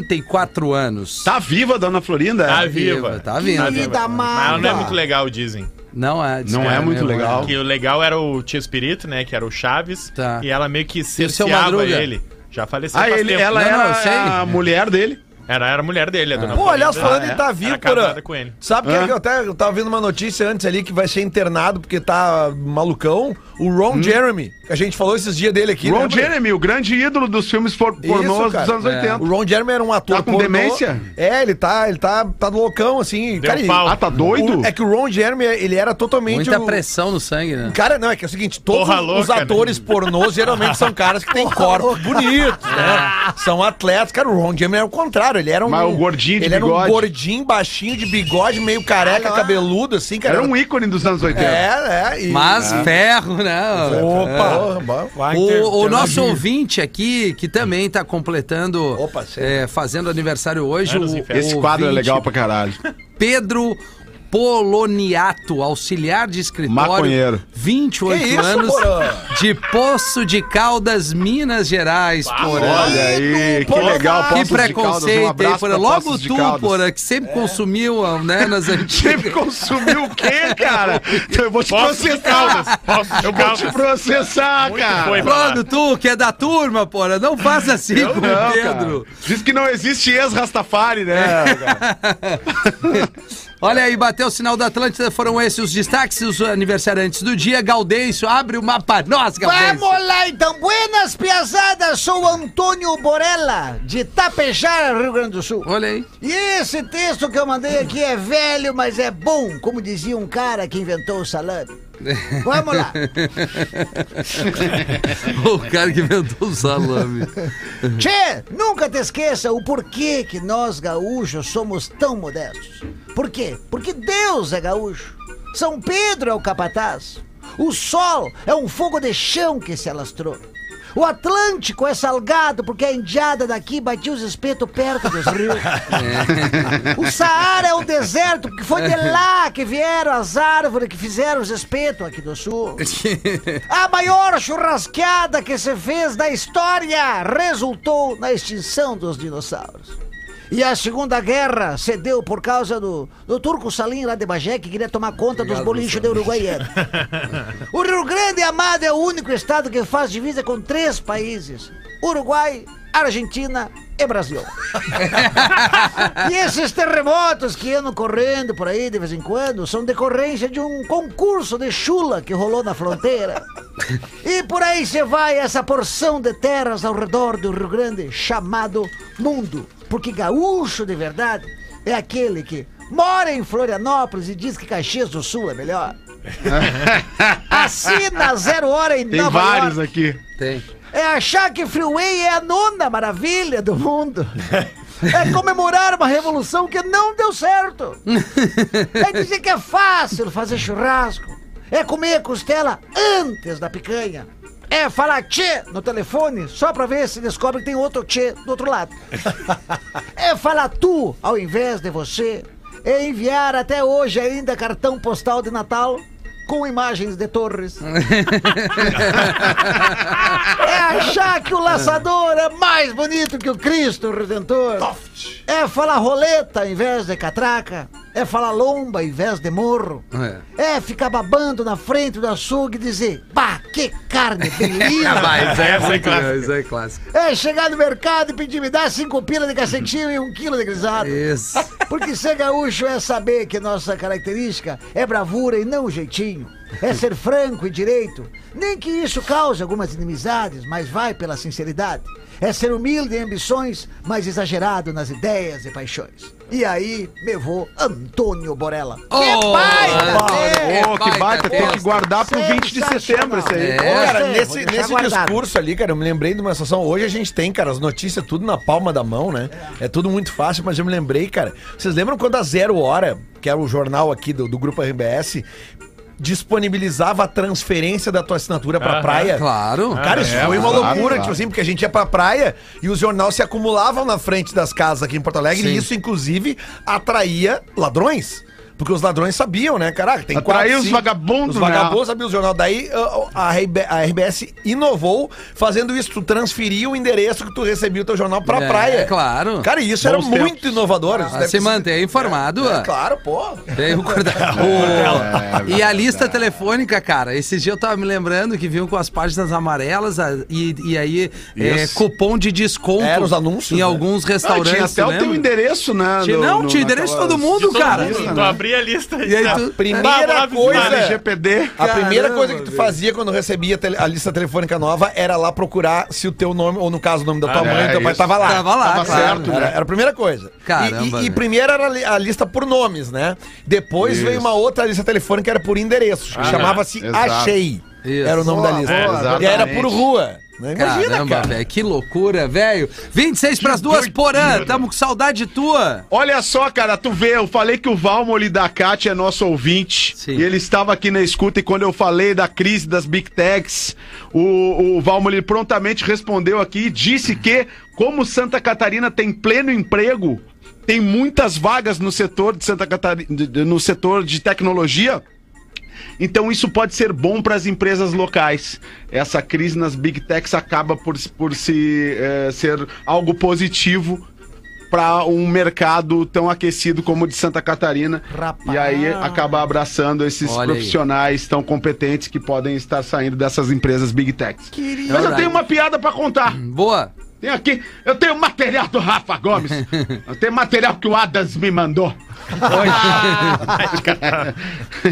74 anos.
Tá viva, dona Florinda?
Tá viva.
viva, tá viva.
Vida
Mas ela não é
amada.
muito legal, dizem.
Não é,
Não é muito
mesmo,
legal.
Que o legal era o Tio Espírito, né? Que era o Chaves.
Tá.
E ela meio que
seu
cerceava
Madruga?
ele. Já faleceu
Ah,
faz
ele,
tempo.
ela
Não, não, eu sei.
era a mulher dele.
Era, era a mulher dele, a dona
Pô, aliás,
Florinda.
falando em tá
Ah, É, Era
vivo,
casada com ele.
Sabe quem
Hã?
é que eu até eu tava vendo uma notícia antes ali que vai ser internado porque tá malucão? O Ron
Hum.
Jeremy, que a gente falou esses dias dele aqui. né?
Ron
lembra?
Jeremy, o grande ídolo dos filmes por-
Isso,
pornôs
cara.
dos anos
É.
80.
O Ron Jeremy era um ator
Tá com demência?
É, ele tá, ele tá, tá loucão assim.
Deu
e-
pau.
Ah, tá doido?
O- é que o Ron Jeremy, ele era totalmente.
Muita
o-
pressão no sangue, né?
Cara, não, é que é o seguinte, todos
Porra
os
né?
louca,
atores pornôs geralmente são caras que têm corpos bonitos, né? São atletas. Cara, o Ron Jeremy era o contrário, ele era um...
Mas o gordinho de
ele era
bigode.
um gordinho, baixinho, de bigode, meio careca,
Ah,
cabeludo, assim, cara.
Era um ícone dos anos 80.
É, é. e-
Mas ferro, né?
Opa! bom.
Vai ter-
O, o
ter
nosso
navio.
ouvinte aqui, que também tá completando,
Opa, sério?
é, fazendo aniversário hoje,
Anos
o,
em festa.
Esse quadro é
ouvinte
legal pra caralho.
Pedro Poloniato, auxiliar de escritório,
Maconheiro.
28
Que isso,
anos,
Porã?
de Poço de Caldas, Minas Gerais, Porã.
Olha aí, que
Porra,
legal.
Que
Poços de Caldas, um
preconceito, hein,
abraço
Porã?
pra
Logo
Poços de
tu,
Caldas.
Porã, que sempre consumiu, né, nas
Sempre
antigas.
consumiu o quê, cara? Eu vou te
Posso de
processar.
Caldas. Posso de
Eu vou te
Caldas.
processar,
Muito
cara.
foi,
Pronto, tu, que é da turma, Porã, não faça assim
Eu
com o
não,
Pedro.
cara. Diz que não existe ex-Rastafari, né?
Olha aí, bateu o sinal da Atlântida, foram esses os destaques, os aniversariantes do dia. Gaudêncio, abre o mapa. Nós, Gaudêncio.
Vamos lá então, buenas piazadas, sou Antônio Borella, de Tapejar, Rio Grande do Sul.
Olha aí.
E esse texto que eu mandei aqui é velho, mas é bom, como dizia um cara que inventou o salame. Vamos lá.
O cara que inventou o salame.
Tchê, nunca te esqueça o porquê que nós gaúchos somos tão modestos. Por quê? Porque Deus é gaúcho. São Pedro é o capataz. O sol é um fogo de chão que se alastrou. O Atlântico é salgado porque a indiada daqui batia os espetos perto dos rios. O Saara é o deserto porque foi de lá que vieram as árvores que fizeram os espetos aqui do sul. A maior churrasqueada que se fez na história resultou na extinção dos dinossauros. E a Segunda Guerra cedeu por causa do, do turco Salim lá de Bagé, que queria tomar conta dos bolichos da Uruguaiana. o Rio Grande Amado é o único estado que faz divisa com três países: Uruguai, Argentina e Brasil. E esses terremotos que andam correndo por aí de vez em quando são decorrência de um concurso de chula que rolou na fronteira. E por aí se vai essa porção de terras ao redor do Rio Grande chamado mundo. Porque gaúcho de verdade é aquele que mora em Florianópolis e diz que Caxias do Sul é melhor. Assina Zero Hora em
Tem
Nova
vários
York.
aqui.
Tem.
É achar que Freeway é a nona maravilha do mundo. É comemorar uma revolução que não deu certo. É dizer que é fácil fazer churrasco. É comer costela antes da picanha. É falar tchê no telefone só pra ver se descobre que tem outro tchê do outro lado. É falar tu ao invés de você. É enviar até hoje ainda cartão postal de Natal com imagens de torres. É achar que o laçador é mais bonito que o Cristo Redentor. É falar roleta ao invés de catraca. É falar lomba em vez de morro. É. ficar babando na frente do açougue e dizer, pá, que carne
Ah,
beleza.
mas é,
Essa é
muito
clássica.
bom, isso é clássico.
é chegar no mercado e pedir, me dá cinco pila de cacetinho e um quilo de grisado.
Isso.
Porque ser gaúcho é saber que nossa característica é bravura e não jeitinho. É ser franco e direito. Nem que isso cause algumas inimizades, mas vai pela sinceridade. É ser humilde em ambições, mas exagerado nas ideias e paixões. E aí, me vou Antônio Borella.
Oh,
baita, né?
é
Ô, que baita, tem que
testa.
guardar pro 20 de setembro isso aí.
É.
Cara,
Gostei, vou
nesse,
deixar
nesse
guardado.
discurso ali, cara, eu me lembrei de uma situação. Hoje a gente tem, cara, as notícias tudo na palma da mão, né? É tudo muito fácil, mas eu me lembrei, cara. Vocês lembram quando a Zero Hora, que era o jornal aqui do, do Grupo RBS, disponibilizava a transferência da tua assinatura pra praia?
Claro.
Cara, isso foi uma
Ah, é, claro,
loucura,
claro.
tipo assim, porque a gente ia pra praia e os jornais se acumulavam na frente das casas aqui em Porto Alegre
Sim.
e isso, inclusive, atraía ladrões. Porque os ladrões sabiam, né, caraca? Tem
Atraía
quatro,
os
cinco-
vagabundos, né?
Os vagabundos sabiam o jornal. Daí a, a RB a RBS inovou fazendo isso. Tu transferia o endereço que tu recebia o teu jornal pra
É,
praia.
claro.
Cara, e isso
Bons
era muito inovador. isso
Ah,
deve
se
ter-
manter informado.
É,
ó.
claro,
Tá,
pô.
Tem o corda- O- e a lista telefônica, cara. Esses dias eu tava me lembrando que vinham com as páginas amarelas a- e, e aí é,
Isso.
cupom de desconto
Era os anúncios,
em
né?
alguns
Ah,
restaurantes.
tinha até
tu
o teu
lembra?
endereço, né?
Tinha-
no-
não,
no- né?
tinha endereço de todo
naquelas-
mundo, cara.
mundo,
Tu abria a lista
E aí
tá.
tu-
Primeira
Ah, vou
coisa.
avisar,
Na LGPD.
A primeira
Caramba,
coisa que tu
velho.
fazia quando recebia a tele- a lista telefônica nova era lá procurar se o teu nome, ou no caso o nome da tua
Ah,
mãe,
é,
teu pai
isso.
tava lá.
Tava lá,
Tava
claro.
certo,
Era,
né?
era a primeira coisa. E-
Caramba,
e, e
velho.
primeiro era a li- a lista por nomes, né? Depois
Isso. Ah,
veio uma outra lista telefônica que era por endereços. que Chamava-se
exato.
Achei.
Isso.
Era o nome da lista.
boa,
e aí era
exatamente.
por rua. né? Imagina,
Caramba,
cara.
velho, que loucura, velho. 26 pras duas, Porã, tamo com saudade tua.
Olha só, cara, tu vê, eu falei que o Valmoli da Cat é nosso ouvinte.
Sim.
E ele estava aqui na escuta e quando eu falei da crise das Big Techs, o, o Valmoli prontamente respondeu aqui e disse que, como Santa Catarina tem pleno emprego, tem muitas vagas no setor de Santa Catarina, no setor de tecnologia. Então isso pode ser bom para as empresas locais. Essa crise nas big techs acaba por, por se, eh, ser algo positivo para um mercado tão aquecido como o de Santa Catarina.
Rapaz.
E aí acaba abraçando esses
Olha aí.
profissionais tão competentes que podem estar saindo dessas empresas big techs.
Querido.
Mas eu
Verdade.
tenho uma piada para contar.
Boa.
Tem aqui, eu tenho material do Rafa Gomes. Eu tenho material que o Adams me mandou.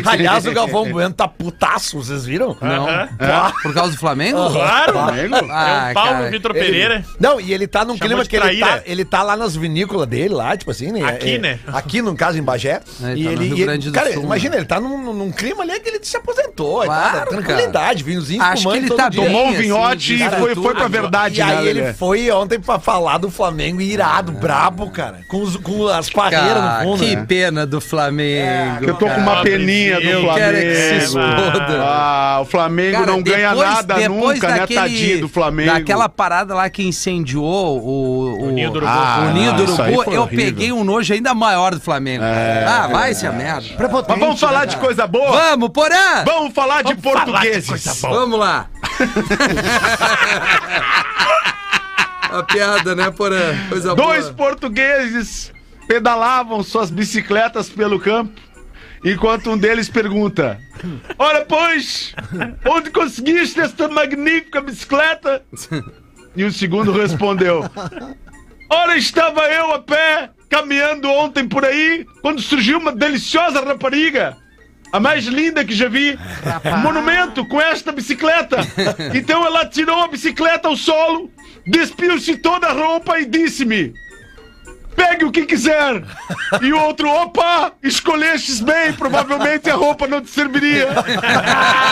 Aliás, o Galvão Bueno tá putaço, vocês viram?
Ah,
Não. Por causa do Flamengo? Ah,
Claro!
Flamengo?
é o Paulo
cara.
Vitor Pereira.
Não, e ele tá num
Chamou
clima
de
que ele tá,
traíra.
ele tá lá nas vinícolas dele, lá, tipo assim, né?
Aqui,
É,
né?
Aqui, no caso, em Bagé.
É, ele
e
tá no
ele,
Rio
e ele-
Grande do
cara,
Sul,
imagina,
né?
ele tá num, num- num clima ali que ele se aposentou. ele tá,
Claro,
na tranquilidade, vinhozinho
Acho que
espumante
ele
todo
tá um
dia.
bem.
Tomou um
assim,
vinhote
de
e foi, foi pra
atitude.
verdade,
E
né,
aí ele
Lelê?
foi ontem pra falar do Flamengo e irado, brabo, cara. Com, os- com as barreiras
Ah. Cara,
no fundo.
Ah, que
né?
pena do Flamengo.
Que eu tô com
cara.
uma peninha do
Eu
Flamengo.
"Ah, quero é que se exploda.
Ah, o Flamengo
Cara,
não ganha
depois-
nada
depois
nunca, né,
daquele-
tadinho do Flamengo.
Daquela parada lá que incendiou o,
O ninho do urubu.
Ah,
o ninho do
isso aí
urubu,
foi
eu
horrível.
peguei um nojo ainda maior do Flamengo. ah, vai se a merda.
É. Mas vamos falar de coisa boa? Vamos,
né, Vamos, Porã!
falar de portugueses.
Vamos lá. a piada, né, Porã? Coisa
Dois
boa.
portugueses pedalavam suas bicicletas pelo campo, enquanto um deles pergunta: Ora, pois, onde conseguiste esta magnífica bicicleta? E o segundo respondeu: Ora, estava eu a pé, caminhando ontem por aí, quando surgiu uma deliciosa rapariga. A mais linda que já vi. Um monumento com esta bicicleta. Então ela tirou a bicicleta ao solo, despiu-se toda a roupa e disse-me: Pegue o que quiser. E o outro, opa, escolhestes bem, provavelmente a roupa não te serviria.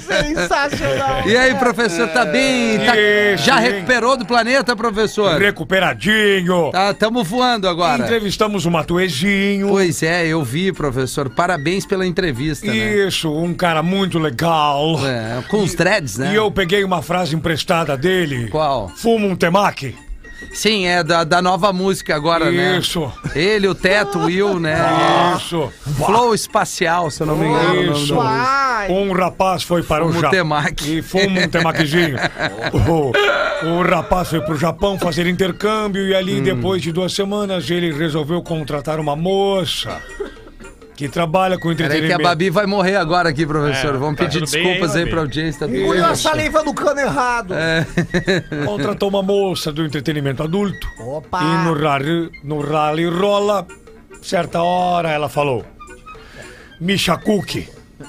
Sensacional.
E aí, professor, tá bem? Tá-
É.
Isso,
já
hein?
recuperou do planeta, professor?
Recuperadinho.
Tá, tamo voando agora.
Entrevistamos o Matuezinho.
Pois é, eu vi, professor. Parabéns pela entrevista, né?
Isso, um cara muito legal.
É, com os threads, né?
E eu peguei uma frase emprestada dele.
Qual?
Fuma um temaki.
Sim, é da, da nova música agora, né?
Isso.
Ele, o Teto, o Will, né?
Isso.
Flow Espacial, se eu não me engano. o nome
Isso.
da música.
Um rapaz foi para o
Fuma um
Japão.
temaki.
E fuma um temaquizinho. O- O rapaz foi pro Japão fazer intercâmbio e
Hum.
ali, depois de duas semanas, ele resolveu contratar uma moça que trabalha com
Peraí que a
entretenimento.
Babi vai morrer agora aqui, professor.
É,
Vamos
tá
pedir
tudo bem
desculpas
aí,
aí
Babi?
pra audiência. Tá
Engoliu a saliva do cano errado.
Contratou uma moça do entretenimento adulto.
Opa!
E no rally, no rally rola, certa hora ela falou: Misha Cookie,
Já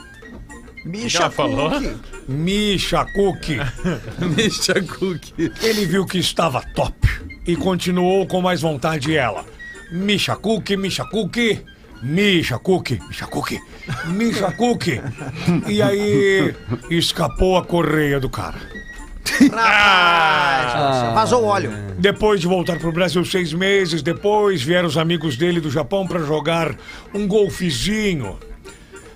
Misha
falou?
Kuki.
Misha Cookie.
Misha Cookie.
Ele viu que estava top e continuou com mais vontade ela. Misha Cookie, Misha Cookie, Misha Cookie, Misha Cookie, Misha Cookie. E aí escapou a correia do cara.
Vazou o óleo.
Depois de voltar pro Brasil seis meses depois, vieram os amigos dele do Japão para jogar um golfezinho.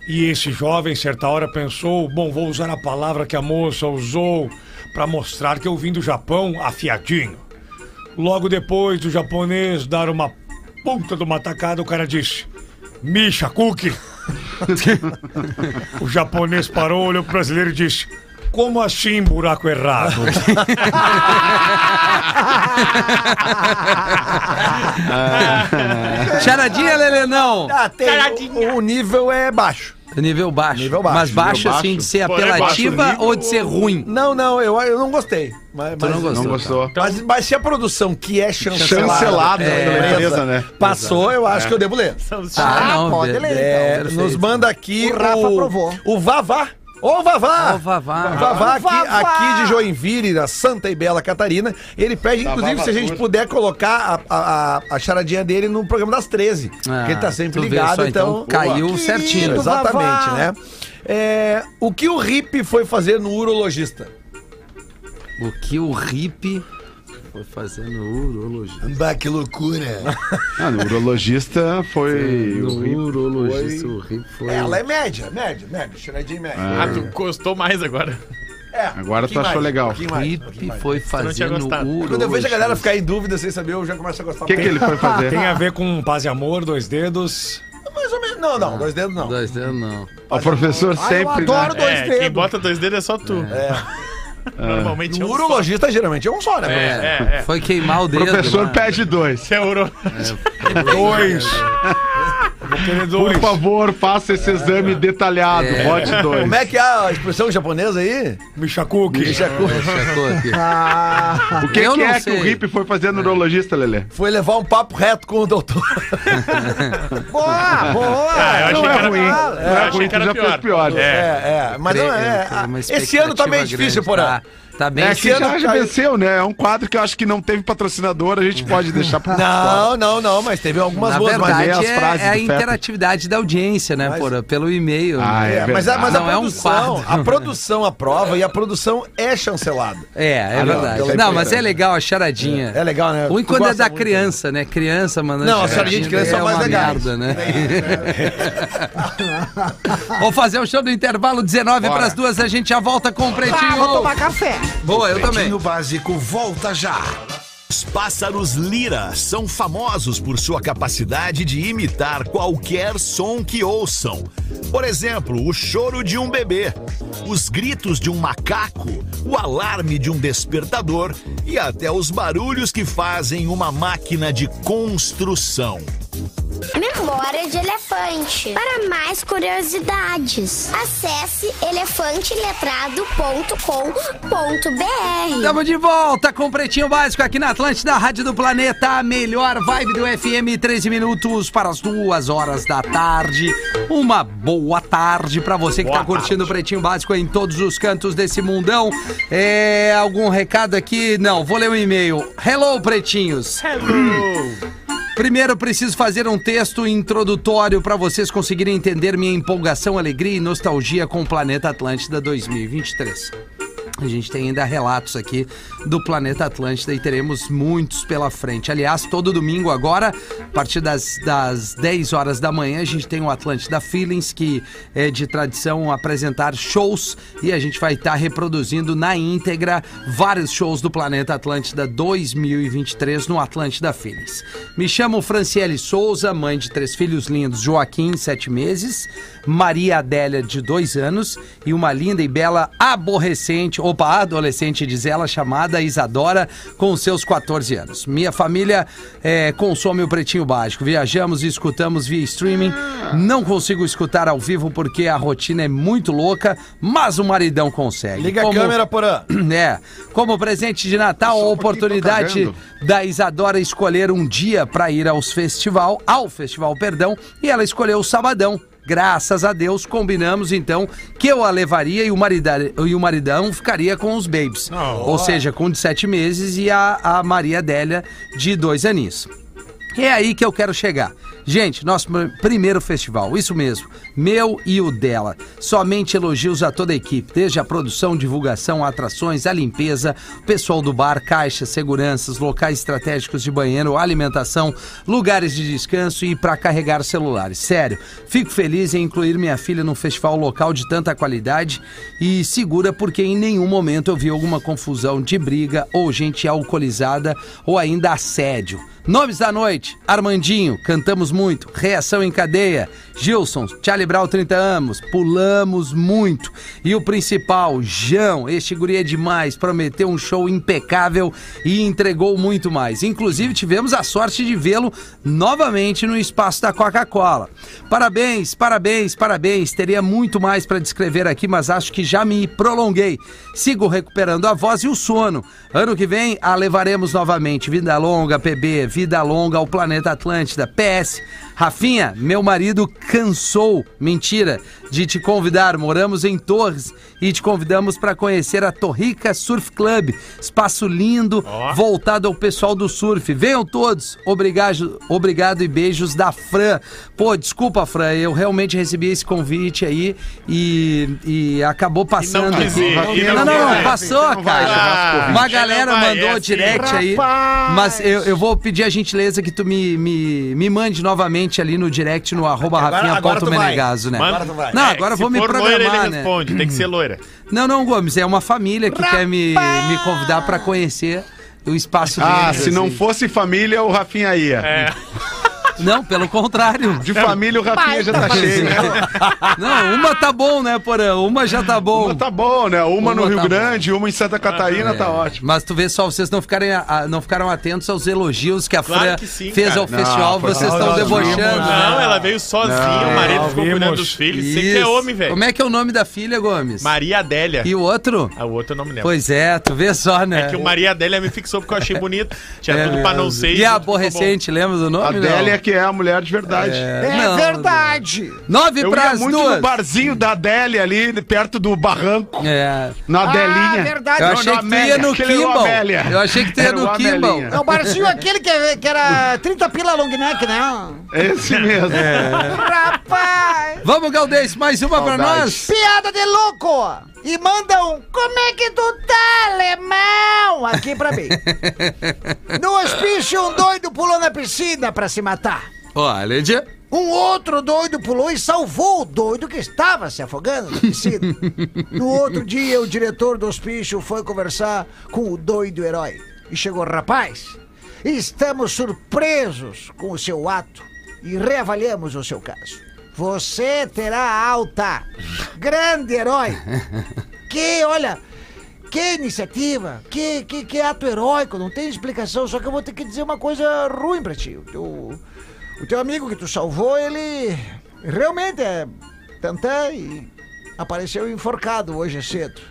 E esse jovem, certa hora, pensou: bom, vou usar a palavra que a moça usou para mostrar que eu vim do Japão afiadinho. Logo depois do japonês dar uma ponta de uma tacada, o cara disse: Misha Cookie. o japonês parou, olhou pro brasileiro e disse: Como assim, buraco errado?
Charadinha, Lelenão.
Ah, tem,
Caradinha.
o, o nível é baixo.
Nível baixo.
Nível baixo,
Mas
nível
baixo, assim, de ser
Pô, é baixo
apelativa
nível
ou de ser ruim?
Não, não, eu, eu não gostei. Mas,
Tu
mas-
não gostou.
Ah, Não gostou.
Mas, mas se a produção que é chancelada,
Chancelada,
pela
é,
empresa,
beleza, né?
passou, eu acho que eu devo ler.
Ah, não,
pode
be-
ler,
É,
então,
nos
É. perfeito.
manda aqui
O Rafa aprovou.
O Vavá. Ô, Vavá!
Ô, Ah, Vavá.
Vavá, aqui,
Vavá.
aqui de Joinville, da Santa e Bela Catarina. Ele pede, inclusive, se a gente
Vavacura.
puder colocar a, a, a- a charadinha dele no programa das 13.
Ah,
porque ele tá sempre
tu vê
ligado,
só,
então...
então, caiu certinho.
Exatamente,
Vavá.
né? É, o que o Rip foi fazer no urologista?
O que o Rip foi fazendo urologista.
Bah, que loucura.
Ah, no urologista foi. o
No
Rip.
urologista, o Rip foi.
Ela é média, média, média. Charadinha média.
Ah, tu gostou mais agora.
É,
Agora
um
tu
pouquinho
achou
mais,
legal.
um pouquinho mais, um pouquinho
Rip
mais.
foi
não tinha
fazendo
gostado.
urologista.
Quando eu vejo a galera ficar em dúvida sem saber, eu já começo a gostar
O que, que ele foi fazer?
Ah, Tem a ver com paz e amor, dois dedos.
Mais ou menos. Não, não, dois dedos não.
Ah, Dois dedos, não.
O professor
Ai, eu
sempre.
adoro
né?
dois
é, quem
dedos.
bota dois dedos é só tu. Normalmente é
O
um
urologista geralmente é um só, né?
só. É,
professor?
é, é.
Foi queimar o
O
dedo.
professor
mano.
pede dois.
Você é uro...
Dois. Vou querer dois.
Por favor, faça esse exame detalhado. Bote dois.
Como é que é a expressão japonesa aí?
Michakuki.
É, sacou aqui.
O que,
Eu
que
não
é
sei.
que o Rip foi fazer no urologista, Lelê?
Foi levar um papo reto com o doutor.
Boa, boa.
Ah, eu achei
Não
que
é
era
ruim.
pior.
Não
eu
é
achei
ruim,
que
tu
era
já
pior.
fez pior.
É, é. Mas
Creio,
não é.
eu tenho uma
é, Esse ano tá meio
expectativa
difícil,
grande.
Porã.
Tá, tá bem
É que
difícil.
já venceu, né? É um quadro que eu acho que não teve patrocinador, a gente pode deixar pra
Não, não, não, mas teve algumas
tá? Na
boas
mas
verdade,
aí as
é,
frases
é a
do Fetter.
interatividade da audiência, né,
Mas-
Porã? Pelo e-mail.
Ah,
né?
É, mas, a, mas a
Não, é um
produção,
quadro.
a produção aprova e a produção é chancelada.
É,
Ah,
é verdade.
pela
Não, mas
importância.
é legal a charadinha.
então É legal, né?
Ruim
Tu
quando é
gosta
da
muito,
criança, né? Criança, mano.
Não, a charadinha de criança
é
são mais
uma
legais.
merda, né?
é
Vou fazer o show do intervalo 19 para as duas, a gente já volta com o
Ah,
Pretinho.
vou tomar café.
Boa, eu também.
No básico, volta já. Os pássaros lira são famosos por sua capacidade de imitar qualquer som que ouçam. Por exemplo, o choro de um bebê, os gritos de um macaco, o alarme de um despertador e até os barulhos que fazem uma máquina de construção.
Memória de elefante. Para mais curiosidades, acesse elefanteletrado.com.br.
Estamos de volta com o Pretinho Básico aqui na Atlântida, Rádio do Planeta, a melhor vibe do FM, 13 minutos para as duas horas da tarde. Uma boa tarde para você que está curtindo o Pretinho Básico em todos os cantos desse mundão. É, algum recado aqui? Não, vou ler um e-mail. Hello, Pretinhos. Primeiro, preciso fazer um texto introdutório para vocês conseguirem entender minha empolgação, alegria e nostalgia com o Planeta Atlântida 2023. A gente tem ainda relatos aqui do Planeta Atlântida e teremos muitos pela frente. Aliás, todo domingo agora, a partir das, das 10 horas da manhã, a gente tem o Atlântida Feelings, que é de tradição apresentar shows e a gente vai estar reproduzindo na íntegra vários shows do Planeta Atlântida 2023 no Atlântida Feelings. Me chamo Franciele Souza, mãe de três filhos lindos, Joaquim, sete meses, Maria Adélia, de dois anos, e uma linda e bela aborrecente, opa, adolescente diz ela, chamada Isadora, com seus 14 anos. Minha família eh, consome o Pretinho Básico. Viajamos e escutamos via streaming. Não consigo escutar ao vivo porque a rotina é muito louca, mas o maridão consegue.
Liga
Como-
a câmera, Porã.
é. Como presente de Natal, a oportunidade da Isadora escolher um dia para ir aos festival, ao festival, perdão, e ela escolheu o sabadão. Graças a Deus, combinamos então que eu a levaria e o, marida- e o maridão ficaria com os babies. Ou seja, com de sete meses e a, a Maria Adélia de dois aninhos. É aí que eu quero chegar. Gente, nosso pr- primeiro festival, isso mesmo, meu e o dela. Somente elogios a toda a equipe, desde a produção, divulgação, atrações, a limpeza, pessoal do bar, caixa, seguranças, locais estratégicos de banheiro, alimentação, lugares de descanso e para carregar celulares. Sério, fico feliz em incluir minha filha num festival local de tanta qualidade e segura porque em nenhum momento eu vi alguma confusão de briga ou gente alcoolizada ou ainda assédio. Nomes da noite: Armandinho, cantamos muito. Reação em cadeia. Gilson, Charlie Brown, 30 anos. Pulamos muito. E o principal, Jão. Este guri é demais. Prometeu um show impecável e entregou muito mais. Inclusive, tivemos a sorte de vê-lo novamente no espaço da Coca-Cola. Parabéns, parabéns, parabéns. Teria muito mais para descrever aqui, mas acho que já me prolonguei. Sigo recuperando a voz e o sono. Ano que vem a levaremos novamente. Vida longa, PB, vida longa ao planeta Atlântida. PS, Rafinha, meu marido cansou, mentira, de te convidar. Moramos em Torres e te convidamos para conhecer a Torrica Surf Club. Espaço lindo, voltado ao pessoal do surf. Venham todos. Obrigado, obrigado e beijos da Fran. Pô, desculpa, Fran, eu realmente recebi esse convite aí e, e acabou passando.
quis ir, e não
não, não,
quis ir.
passou,
Então vai,
cara.
Vasco,
Ah,
Uma
Ele
galera
não vai,
mandou
é assim.
direct aí.
Rapaz!
Mas eu, eu vou pedir a gentileza que tu me, me, me mande novamente ali no direct no arroba
Agora- agora tu vai.
rafinha.menegaso, né?
Manda-
Agora tu vai.
Não, agora eu
se
vou me
for loira,
programar,
ele
né?
responde. Tem que ser loira.
Não, não, Gomes, é uma família que quer me, me convidar pra conhecer o espaço
Ah,
deles,
se não
assim.
fosse família, o Rafinha ia.
Não, pelo contrário.
De família, o Rafinha já tá cheio, né?
Não, uma tá bom, né, Porã? Uma já tá bom.
Uma tá bom, né? Uma,
Uma
no Rio
tá bom.
Grande, uma em Santa Catarina, tá ótimo.
É, Mas tu vê só, vocês não, ficarem, a- não ficaram atentos aos elogios que a
Claro
Fran
que sim,
fez
cara.
ao festival,
foi-
vocês estão
nós
debochando.
vimos,
né?
Não, ela veio sozinha, o marido
Não,
ficou
vimos.
cuidando dos filhos. Você que é
Isso.
homem, velho.
Como é que é o nome da filha, Gomes?
Maria Adélia.
E o outro?
Ah, o outro eu não me lembro.
Pois é, tu vê só, né? É
É que o Maria Adélia me fixou porque eu achei bonito. Tinha tudo pra não ser.
E a aborrecente, lembra do
A
nome?
Adélia que é a mulher de verdade.
É
É,
verdade.
Nove
Eu
para
ia
as
muito
duas.
no barzinho da Adélia ali, perto do barranco,
É.
na
Ah,
Adelinha.
verdade.
Eu
Não,
achei
não,
que tu ia
Amélia.
no
Aquele era o
Kimball.
Amélia.
Eu achei que tu ia
Era o
no
Amelinha.
Kimball.
É o barzinho aquele que, que era 30 pila long neck, né?
É
Esse mesmo.
Rapaz!
Vamos, Galdês, mais uma para
Saudade.
nós.
Piada de louco! E manda um Como é que tu tá, alemão? Aqui pra mim. No hospício, um doido pulou na piscina pra se matar.
Ó, é Lídia.
Um outro doido pulou e salvou o doido que estava se afogando na piscina. No outro dia, o diretor do hospício foi conversar com o doido herói. E chegou, rapaz, estamos surpresos com o seu ato e reavaliamos o seu caso. Você terá alta. Grande herói. Que, olha, que iniciativa, que, que, que ato heróico, não tem explicação, só que eu vou ter que dizer uma coisa ruim pra ti. O teu, o teu amigo que tu salvou, ele realmente é tantã e apareceu enforcado hoje é cedo.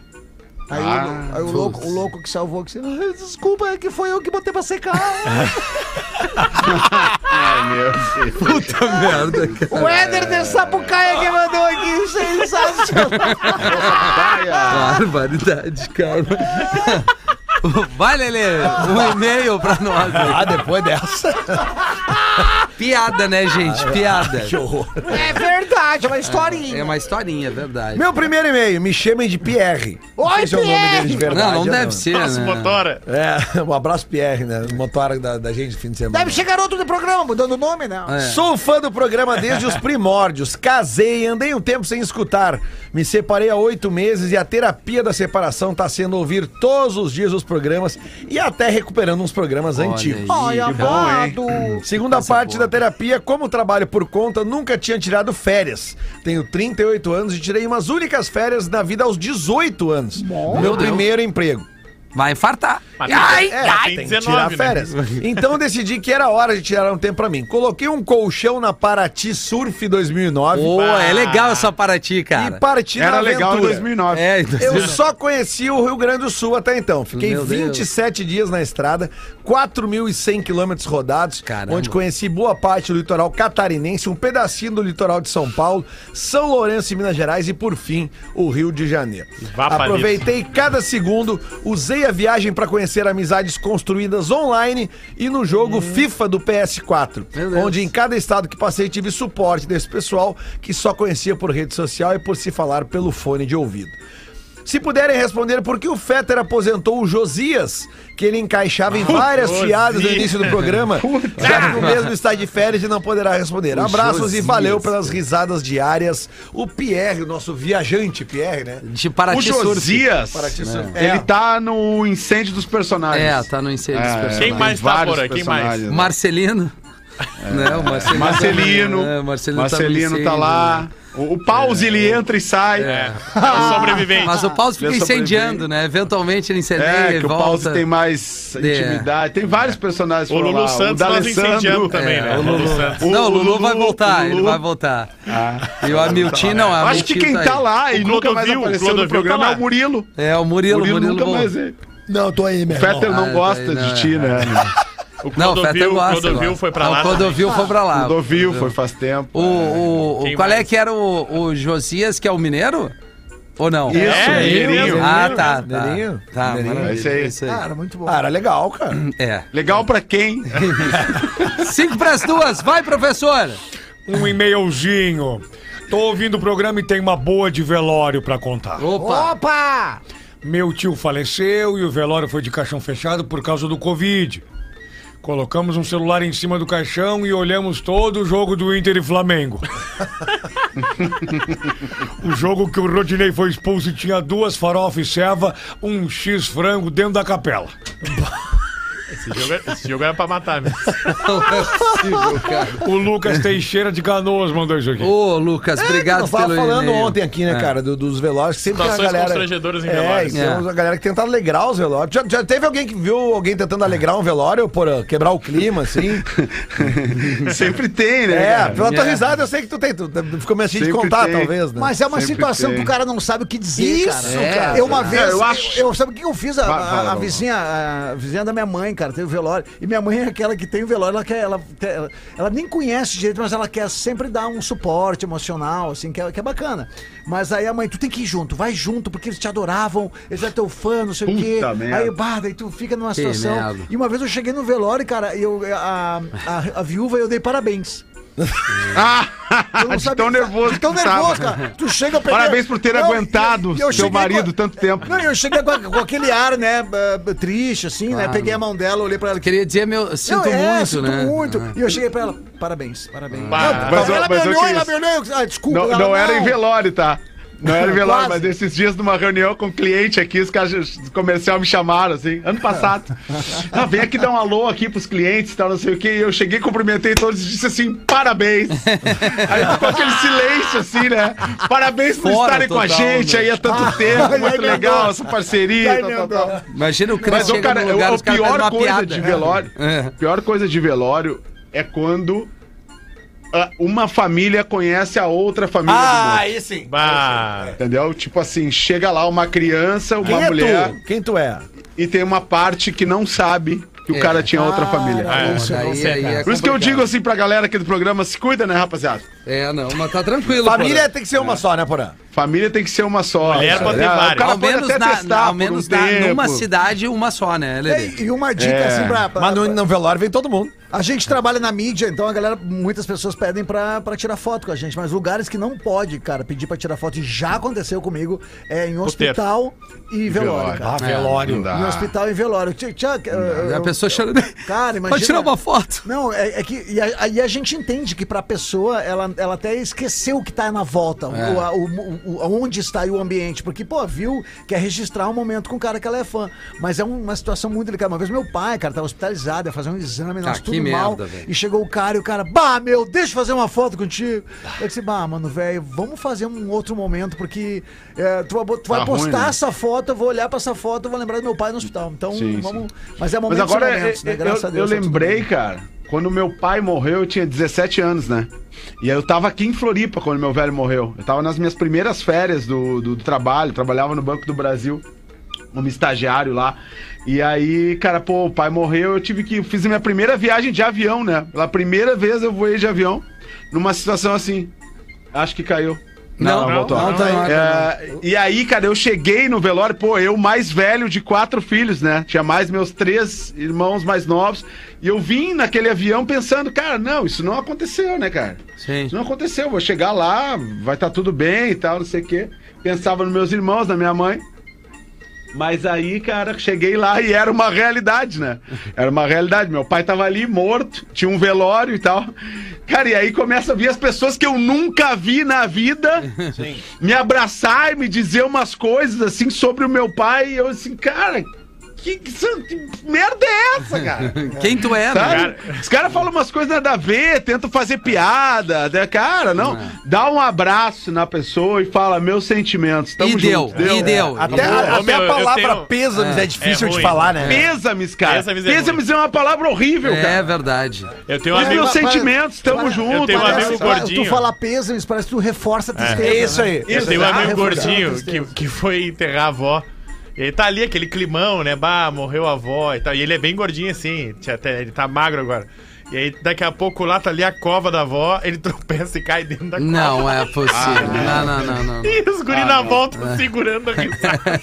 Aí, o-
Ah,
aí o, louco, o louco que salvou, que disse, "Ah, desculpa, é que foi eu que botei pra secar.
Puta merda. cara.
o Éder de Sapucaia que mandou aqui, sensacional.
Barbaridade, cara. Vai, Lelê, um e-mail pra nós.
Ah, depois dessa. Ah,
Piada, né, gente? Piada.
é verdade, uma historinha.
É uma historinha, é verdade.
Meu primeiro e-mail, me chamem de Pierre. Não sei
Oi,
se é o nome
Pierre!
dele de verdade.
Não, não
ou
deve ser,
Nossa,
né?
motora.
É, um abraço, Pierre, né? Motora da, da gente no fim de semana.
Deve chegar outro do programa, mudando o nome, né?
É.
Sou fã do programa desde os primórdios. Casei, andei um tempo sem escutar. Me separei há oito meses e a terapia da separação tá sendo ouvir todos os dias os programas e até recuperando uns programas antigos.
Olha aí, é
Olha,
cara.
amado!
Segunda parte da da terapia, como trabalho por conta, nunca tinha tirado férias. Tenho 38 anos e tirei umas únicas férias na vida aos 18 anos. no meu
Deus.
primeiro emprego.
Vai infartar.
Mas
Ai,
tem-
ai.
tem
Tem que tirar
19, né?
férias. Então decidi que era hora de tirar um tempo pra mim. Coloquei um colchão na Paraty Surf 2009
Pô, é legal essa Paraty,
e
cara.
parti na
Era legal em
aventura.
2009.
É,
Eu só conheci o Rio Grande do Sul até então. Fiquei
Meu Deus.
27 dias na estrada, 4.100 quilômetros rodados,
Caramba.
onde conheci boa parte do litoral catarinense, um pedacinho do litoral de São Paulo, São Lourenço e Minas Gerais e, por fim, o Rio de Janeiro.
vá pra
Aproveitei cada segundo, usei a viagem para conhecer amizades construídas online e no jogo FIFA do PS4,
Hum. Meu Deus.
onde em cada estado que passei tive suporte desse pessoal que só conhecia por rede social e por se falar pelo fone de ouvido. Se puderem responder por que o Fetter aposentou o Josias, que ele encaixava em várias
Josias.
fiadas no início do programa, já que o mesmo está de férias e não poderá responder. Abraços e
Josias,
valeu pelas risadas diárias. O Pierre, o nosso viajante Pierre, né?
De
O
Paraty Surf.
Josias,
É.
ele tá no incêndio dos personagens.
É, tá no incêndio dos
É,
Quem
personagens.
mais
tem
tá
vários
por aí? Quem
personagens,
mais?
né?
Marcelino. Não, Marcelino.
É.
tá
Marcelino.
É,
Marcelino,
Marcelino, tá, no
tá
incêndio,
lá.
né?
O, o Paus, ele entra e sai.
É, é um sobrevivente.
ah, né. Mas o Paulo fica
Ele
incendiando, né? Eventualmente ele incendeia
É,
e
que o
volta.
Paus tem mais
É.
intimidade. Tem vários personagens
O
por
Lulu
lá.
Santos nós
D'Alessandro.
incendiamos também,
É,
né?
o Lulu.
Santos.
Não, o
O
Lulu, vai
Lulu-
voltar,
o
ele
Lulu-
vai voltar. E o Hamilton não, é
Eu Ah. Acho
Hamilton
que quem
aí.
tá lá e
O
nunca mais
Clodovil,
apareceu
Clodovil
no programa
tá lá.
é o Murilo.
É, o
O
Murilo,
Murilo,
Murilo,
nunca
bom.
mais. é.
Não, tô aí, meu
O Fetter
Ah,
não
daí
gosta
não,
de
é.
ti,
Ah,
né?
O
Não, é o Fetter
Clodovil,
gosta.
Clodovil
agora.
foi pra
Ah,
lá.
O Clodovil foi pra lá.
Clodovil É, foi faz tempo.
O, o, o-
Quem
qual é
mais?
que era o, o Josias, que é o mineiro? Ou não?
Isso,
É, ele
Murilo.
mesmo.
Ah, tá. tá.
Mineirinho.
Tá,
Mineirinho.
maravilha,
É isso aí.
isso aí.
Cara, muito bom.
Cara, legal, cara.
É.
Legal pra quem?
Cinco pras duas, vai, professor!
Um e-mailzinho. Tô ouvindo o programa e tem uma boa de velório pra contar.
Opa!
Opa!
Meu tio faleceu e o velório foi de caixão fechado por causa do Covid. Colocamos um celular em cima do caixão e olhamos todo o jogo do Inter e Flamengo. o jogo que o Rodinei foi expulso e tinha duas farofas e ceva, um X frango dentro da capela.
Esse jogo, é- esse jogo era pra matar, né?
O Lucas Teixeira de Canoas mandou isso aqui.
Ô, Lucas, obrigado
Nós tava
pelo
falando
e-mail.
ontem aqui, né,
É.
cara, do- dos velórios, que sempre tem uma
Situações
galera...
constrangedoras em
é,
velórios.
e tem
É.
uma galera que tenta alegrar os velórios. Já, já teve alguém que viu alguém tentando alegrar um velório por ah, quebrar o clima, assim?
Sempre tem, né?
é,
cara?
pela tua
É.
risada eu sei que tu tem. Tu tu ficou me assim de
Sempre
contar,
tem.
talvez, né?
Mas é uma
Sempre
situação
tem. É,
que o cara não sabe o que dizer, cara. É.
Isso, cara.
Eu uma vez,
eu
eu,
acho-
eu- sabe o que eu fiz? A,
Vai,
a-
vai,
a
vai, vai.
vizinha, a vizinha da minha mãe, cara, teve o velório. E minha mãe é aquela que tem o velório, ela quer, ela, ela, ela nem conhece direito, mas ela quer sempre dar um suporte emocional, assim, que é, que é bacana. Mas aí a mãe, tu tem que ir junto, vai junto, porque eles te adoravam, eles eram teu fã, não sei o quê.
Puta merda.
Aí, bah, daí tu fica numa
Que
situação.
merda.
E uma vez eu cheguei no velório, cara, e eu, a, a, a viúva eu dei parabéns.
Ah,
Eu não
de
sabia-
tão nervoso.
de tão
que tu tava.
nervoso, cara. Tu chega a pegar...
Parabéns por ter
Não,
aguentado
e eu- eu
seu
cheguei
marido
com-
tanto tempo.
Não, eu cheguei com, a- com aquele ar, né, b- triste, assim,
Claro.
né? Peguei a mão dela, olhei pra ela...
Queria dizer, meu,
Não,
sinto
é,
muito,
sinto
né?
muito.
Ah.
E eu cheguei pra ela, parabéns, parabéns.
Bah,
mas eu-
ela me
mas eu
olhou,
quis.
ela me olhou. Ah, desculpa.
Não,
ela,
não era em velório, tá? Não era em velório,
Quase.
mas esses dias numa reunião com um cliente aqui, os caras do comercial me chamaram, assim, ano passado. Ah, vem aqui dar um alô aqui pros clientes e tal, não sei o quê. E eu cheguei, cumprimentei todos e disse assim, parabéns. Aí ficou aquele silêncio, assim, né? Parabéns por
Fora
estarem com a
total,
gente
né?
aí há tanto tempo, muito
emendou.
legal essa parceria.
Já
tal, tal, tal.
Imagina o Cris
Mas, ô,
chega
cara,
no lugar,
o-
os
a
caras fazem
pior
uma
coisa
piada.
de velório.
É.
Pior coisa de velório é quando ah, uma família conhece a outra família do
Ah,
outro.
aí sim.
Bah,
Entendeu? Tipo assim, chega lá uma criança, uma
Quem é
mulher,
tu? Quem tu é?
e tem uma parte que não sabe que o
É.
cara tinha
Ah,
outra família.
tá.
é,
Isso,
não
aí,
sei,
aí
cara.
é
Por isso que eu
complicado.
digo assim pra galera aqui do programa, se cuida, né, rapaziada?
É, não, mas tá tranquilo.
Família
porra.
tem que ser uma só, né, Porã?
Família tem que ser uma só.
Mulher pode ter
né?
várias.
O cara
Ao
pode
menos,
até
na,
testar
ao
por
menos
um
na-
tempo.
numa cidade, uma só, né, Lelê?
E e uma dica,
É.
assim, pra... pra-
Mas no, no velório vem todo mundo.
A gente trabalha na mídia, então a galera, muitas pessoas pedem pra, pra tirar foto com a gente, mas lugares que não pode, cara, pedir pra tirar foto, e já aconteceu comigo, é em hospital e velório,
Ah,
cara.
velório.
Em hospital e velório. Tia- tia, eh,
a
eu-
pessoa chorando.
Cara, imagina.
Pode tirar uma foto.
Não, é, é que. E a- aí a gente entende que pra pessoa, ela, ela até esqueceu que tá na volta, o-
É.
a- o, o- o- onde está aí o ambiente. Porque, pô, viu, quer registrar um momento com o cara que ela é fã. Mas é uma situação muito delicada. Uma vez meu pai, cara, tava hospitalizado, ia fazer um exame, nós
Ah,
tudo
que
mal.
merda, velho.
e chegou o cara e o cara, bah, meu, deixa eu fazer uma foto contigo. Eu disse, bah, mano, velho, vamos fazer um outro momento, porque é, tu, vai bo- tu vai
Tá ruim,
postar
né?
essa foto, eu vou olhar pra essa foto, eu vou lembrar do meu pai no hospital. Então,
Sim,
vamos.
sim.
Mas é
Mas
momento
agora,
momentos,
eu,
né? Graças
eu-
a Deus.
eu
tá tudo
lembrei,
bem.
cara, quando meu pai morreu, eu tinha 17 anos, né? E aí eu tava aqui em Floripa quando meu velho morreu. Eu tava nas minhas primeiras férias do, do, do trabalho, trabalhava no Banco do Brasil, como estagiário lá. E aí, cara, pô, o pai morreu, eu tive que. Fiz a minha primeira viagem de avião, né? Pela primeira vez eu voei de avião, numa situação assim. Acho que caiu.
Não,
voltou.
não, tá aí.
É, e aí, cara, eu cheguei no velório, pô, eu mais velho de quatro filhos, né? Tinha mais meus três irmãos mais novos. E eu vim naquele avião pensando, cara, não, isso não aconteceu, né, cara?
Sim.
Isso não aconteceu, vou chegar lá, vai estar tudo bem e tal, não sei o quê. Pensava nos meus irmãos, na minha mãe. Mas aí, cara, cheguei lá e era uma realidade, né? Era uma realidade. Meu pai tava ali morto, tinha um velório e tal. Cara, e aí começa a vir as pessoas que eu nunca vi na vida me abraçar e me dizer umas coisas assim sobre o meu pai. E eu assim, cara, que, que san- que merda é essa, cara?
Quem tu é, né?
Sabe? Os caras falam umas coisas nada a ver, tentam fazer piada. né? Cara, não.
é.
Dá um abraço na pessoa e fala meus sentimentos. Tamo
E deu,
junto.
e deu. É
Até,
E-
Ô,
até
meu,
a
eu
palavra
tenho- um-
pêsames é,
É
difícil de
ruim.
falar, né?
Pêsames, cara.
Pêsames
Pêsames
é
é, uma palavra horrível,
É
cara.
verdade.
Eu tenho um
Os
amigo.
meus sentimentos, tamo junto.
tenho um
né?
amigo
Parece-
gordinho.
Tu falar peso, isso parece que tu reforça a tristeza.
É isso
né?
aí.
Eu
Isso
tenho um
é
aí.
amigo
Ah,
gordinho
refugio.
que, que foi enterrar a avó. Ele tá ali, aquele climão, né? Bah, morreu a avó e tal. E ele é bem gordinho assim, tinha até, ele tá magro agora. E aí, daqui a pouco, lá tá ali a cova da avó, ele tropeça e cai dentro da cova.
Não é possível. Não, não, não, não. não. Ah.
E os guri na volta segurando a risada.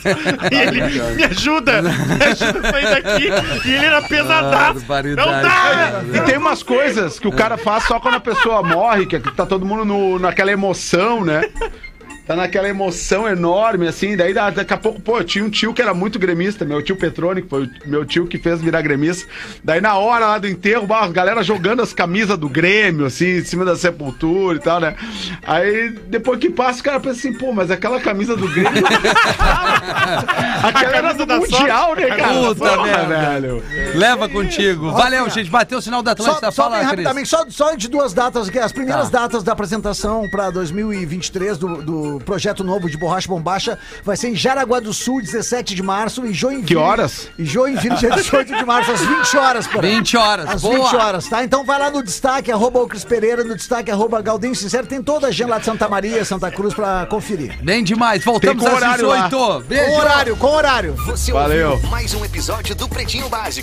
E ele, me ajuda, me ajuda a sair daqui. E ele era pesadaço.
Ah, Barbaridade.
Não dá!
E tem umas coisas que o cara faz só quando a pessoa morre, que tá todo mundo no- naquela emoção, né? Tá naquela emoção enorme, assim. Daí da- daqui a pouco, pô, eu tinha um tio que era muito gremista, meu tio Petrone, que foi o meu tio que fez virar gremista. Daí na hora lá do enterro, bah, a galera jogando as camisas do Grêmio, assim, em cima da sepultura e tal, né? Aí depois que passa, o cara pensa assim, pô, mas aquela camisa do Grêmio. aquela era
camisa
do
da
Mundial, né, cara?
Puta
Porra,
merda.
velho.
Leva contigo. Valeu, gente. Bateu o sinal da
Só,
Atlântida.
só bem
Fala, Cris.
rapidamente, só, só de duas datas aqui. As primeiras
Tá.
datas da apresentação para 2023 do, do projeto novo de Borracha Bombacha vai ser em Jaraguá do Sul, 17 de março, e Joinville.
Que horas?
E Joinville, dia 18 de março, às 20 horas, por aí.
20 horas.
Às
Boa.
20 horas, tá? Então vai lá no destaque, arroba o Cris Pereira, no destaque, arroba Galdinho Sincero. Tem toda a agenda lá de Santa Maria, Santa Cruz pra conferir.
Bem demais. Voltamos
Tem com
às
horário lá.
18. Beijo.
Com horário, com horário.
Você
Valeu.
ouviu mais um episódio do Pretinho Básico.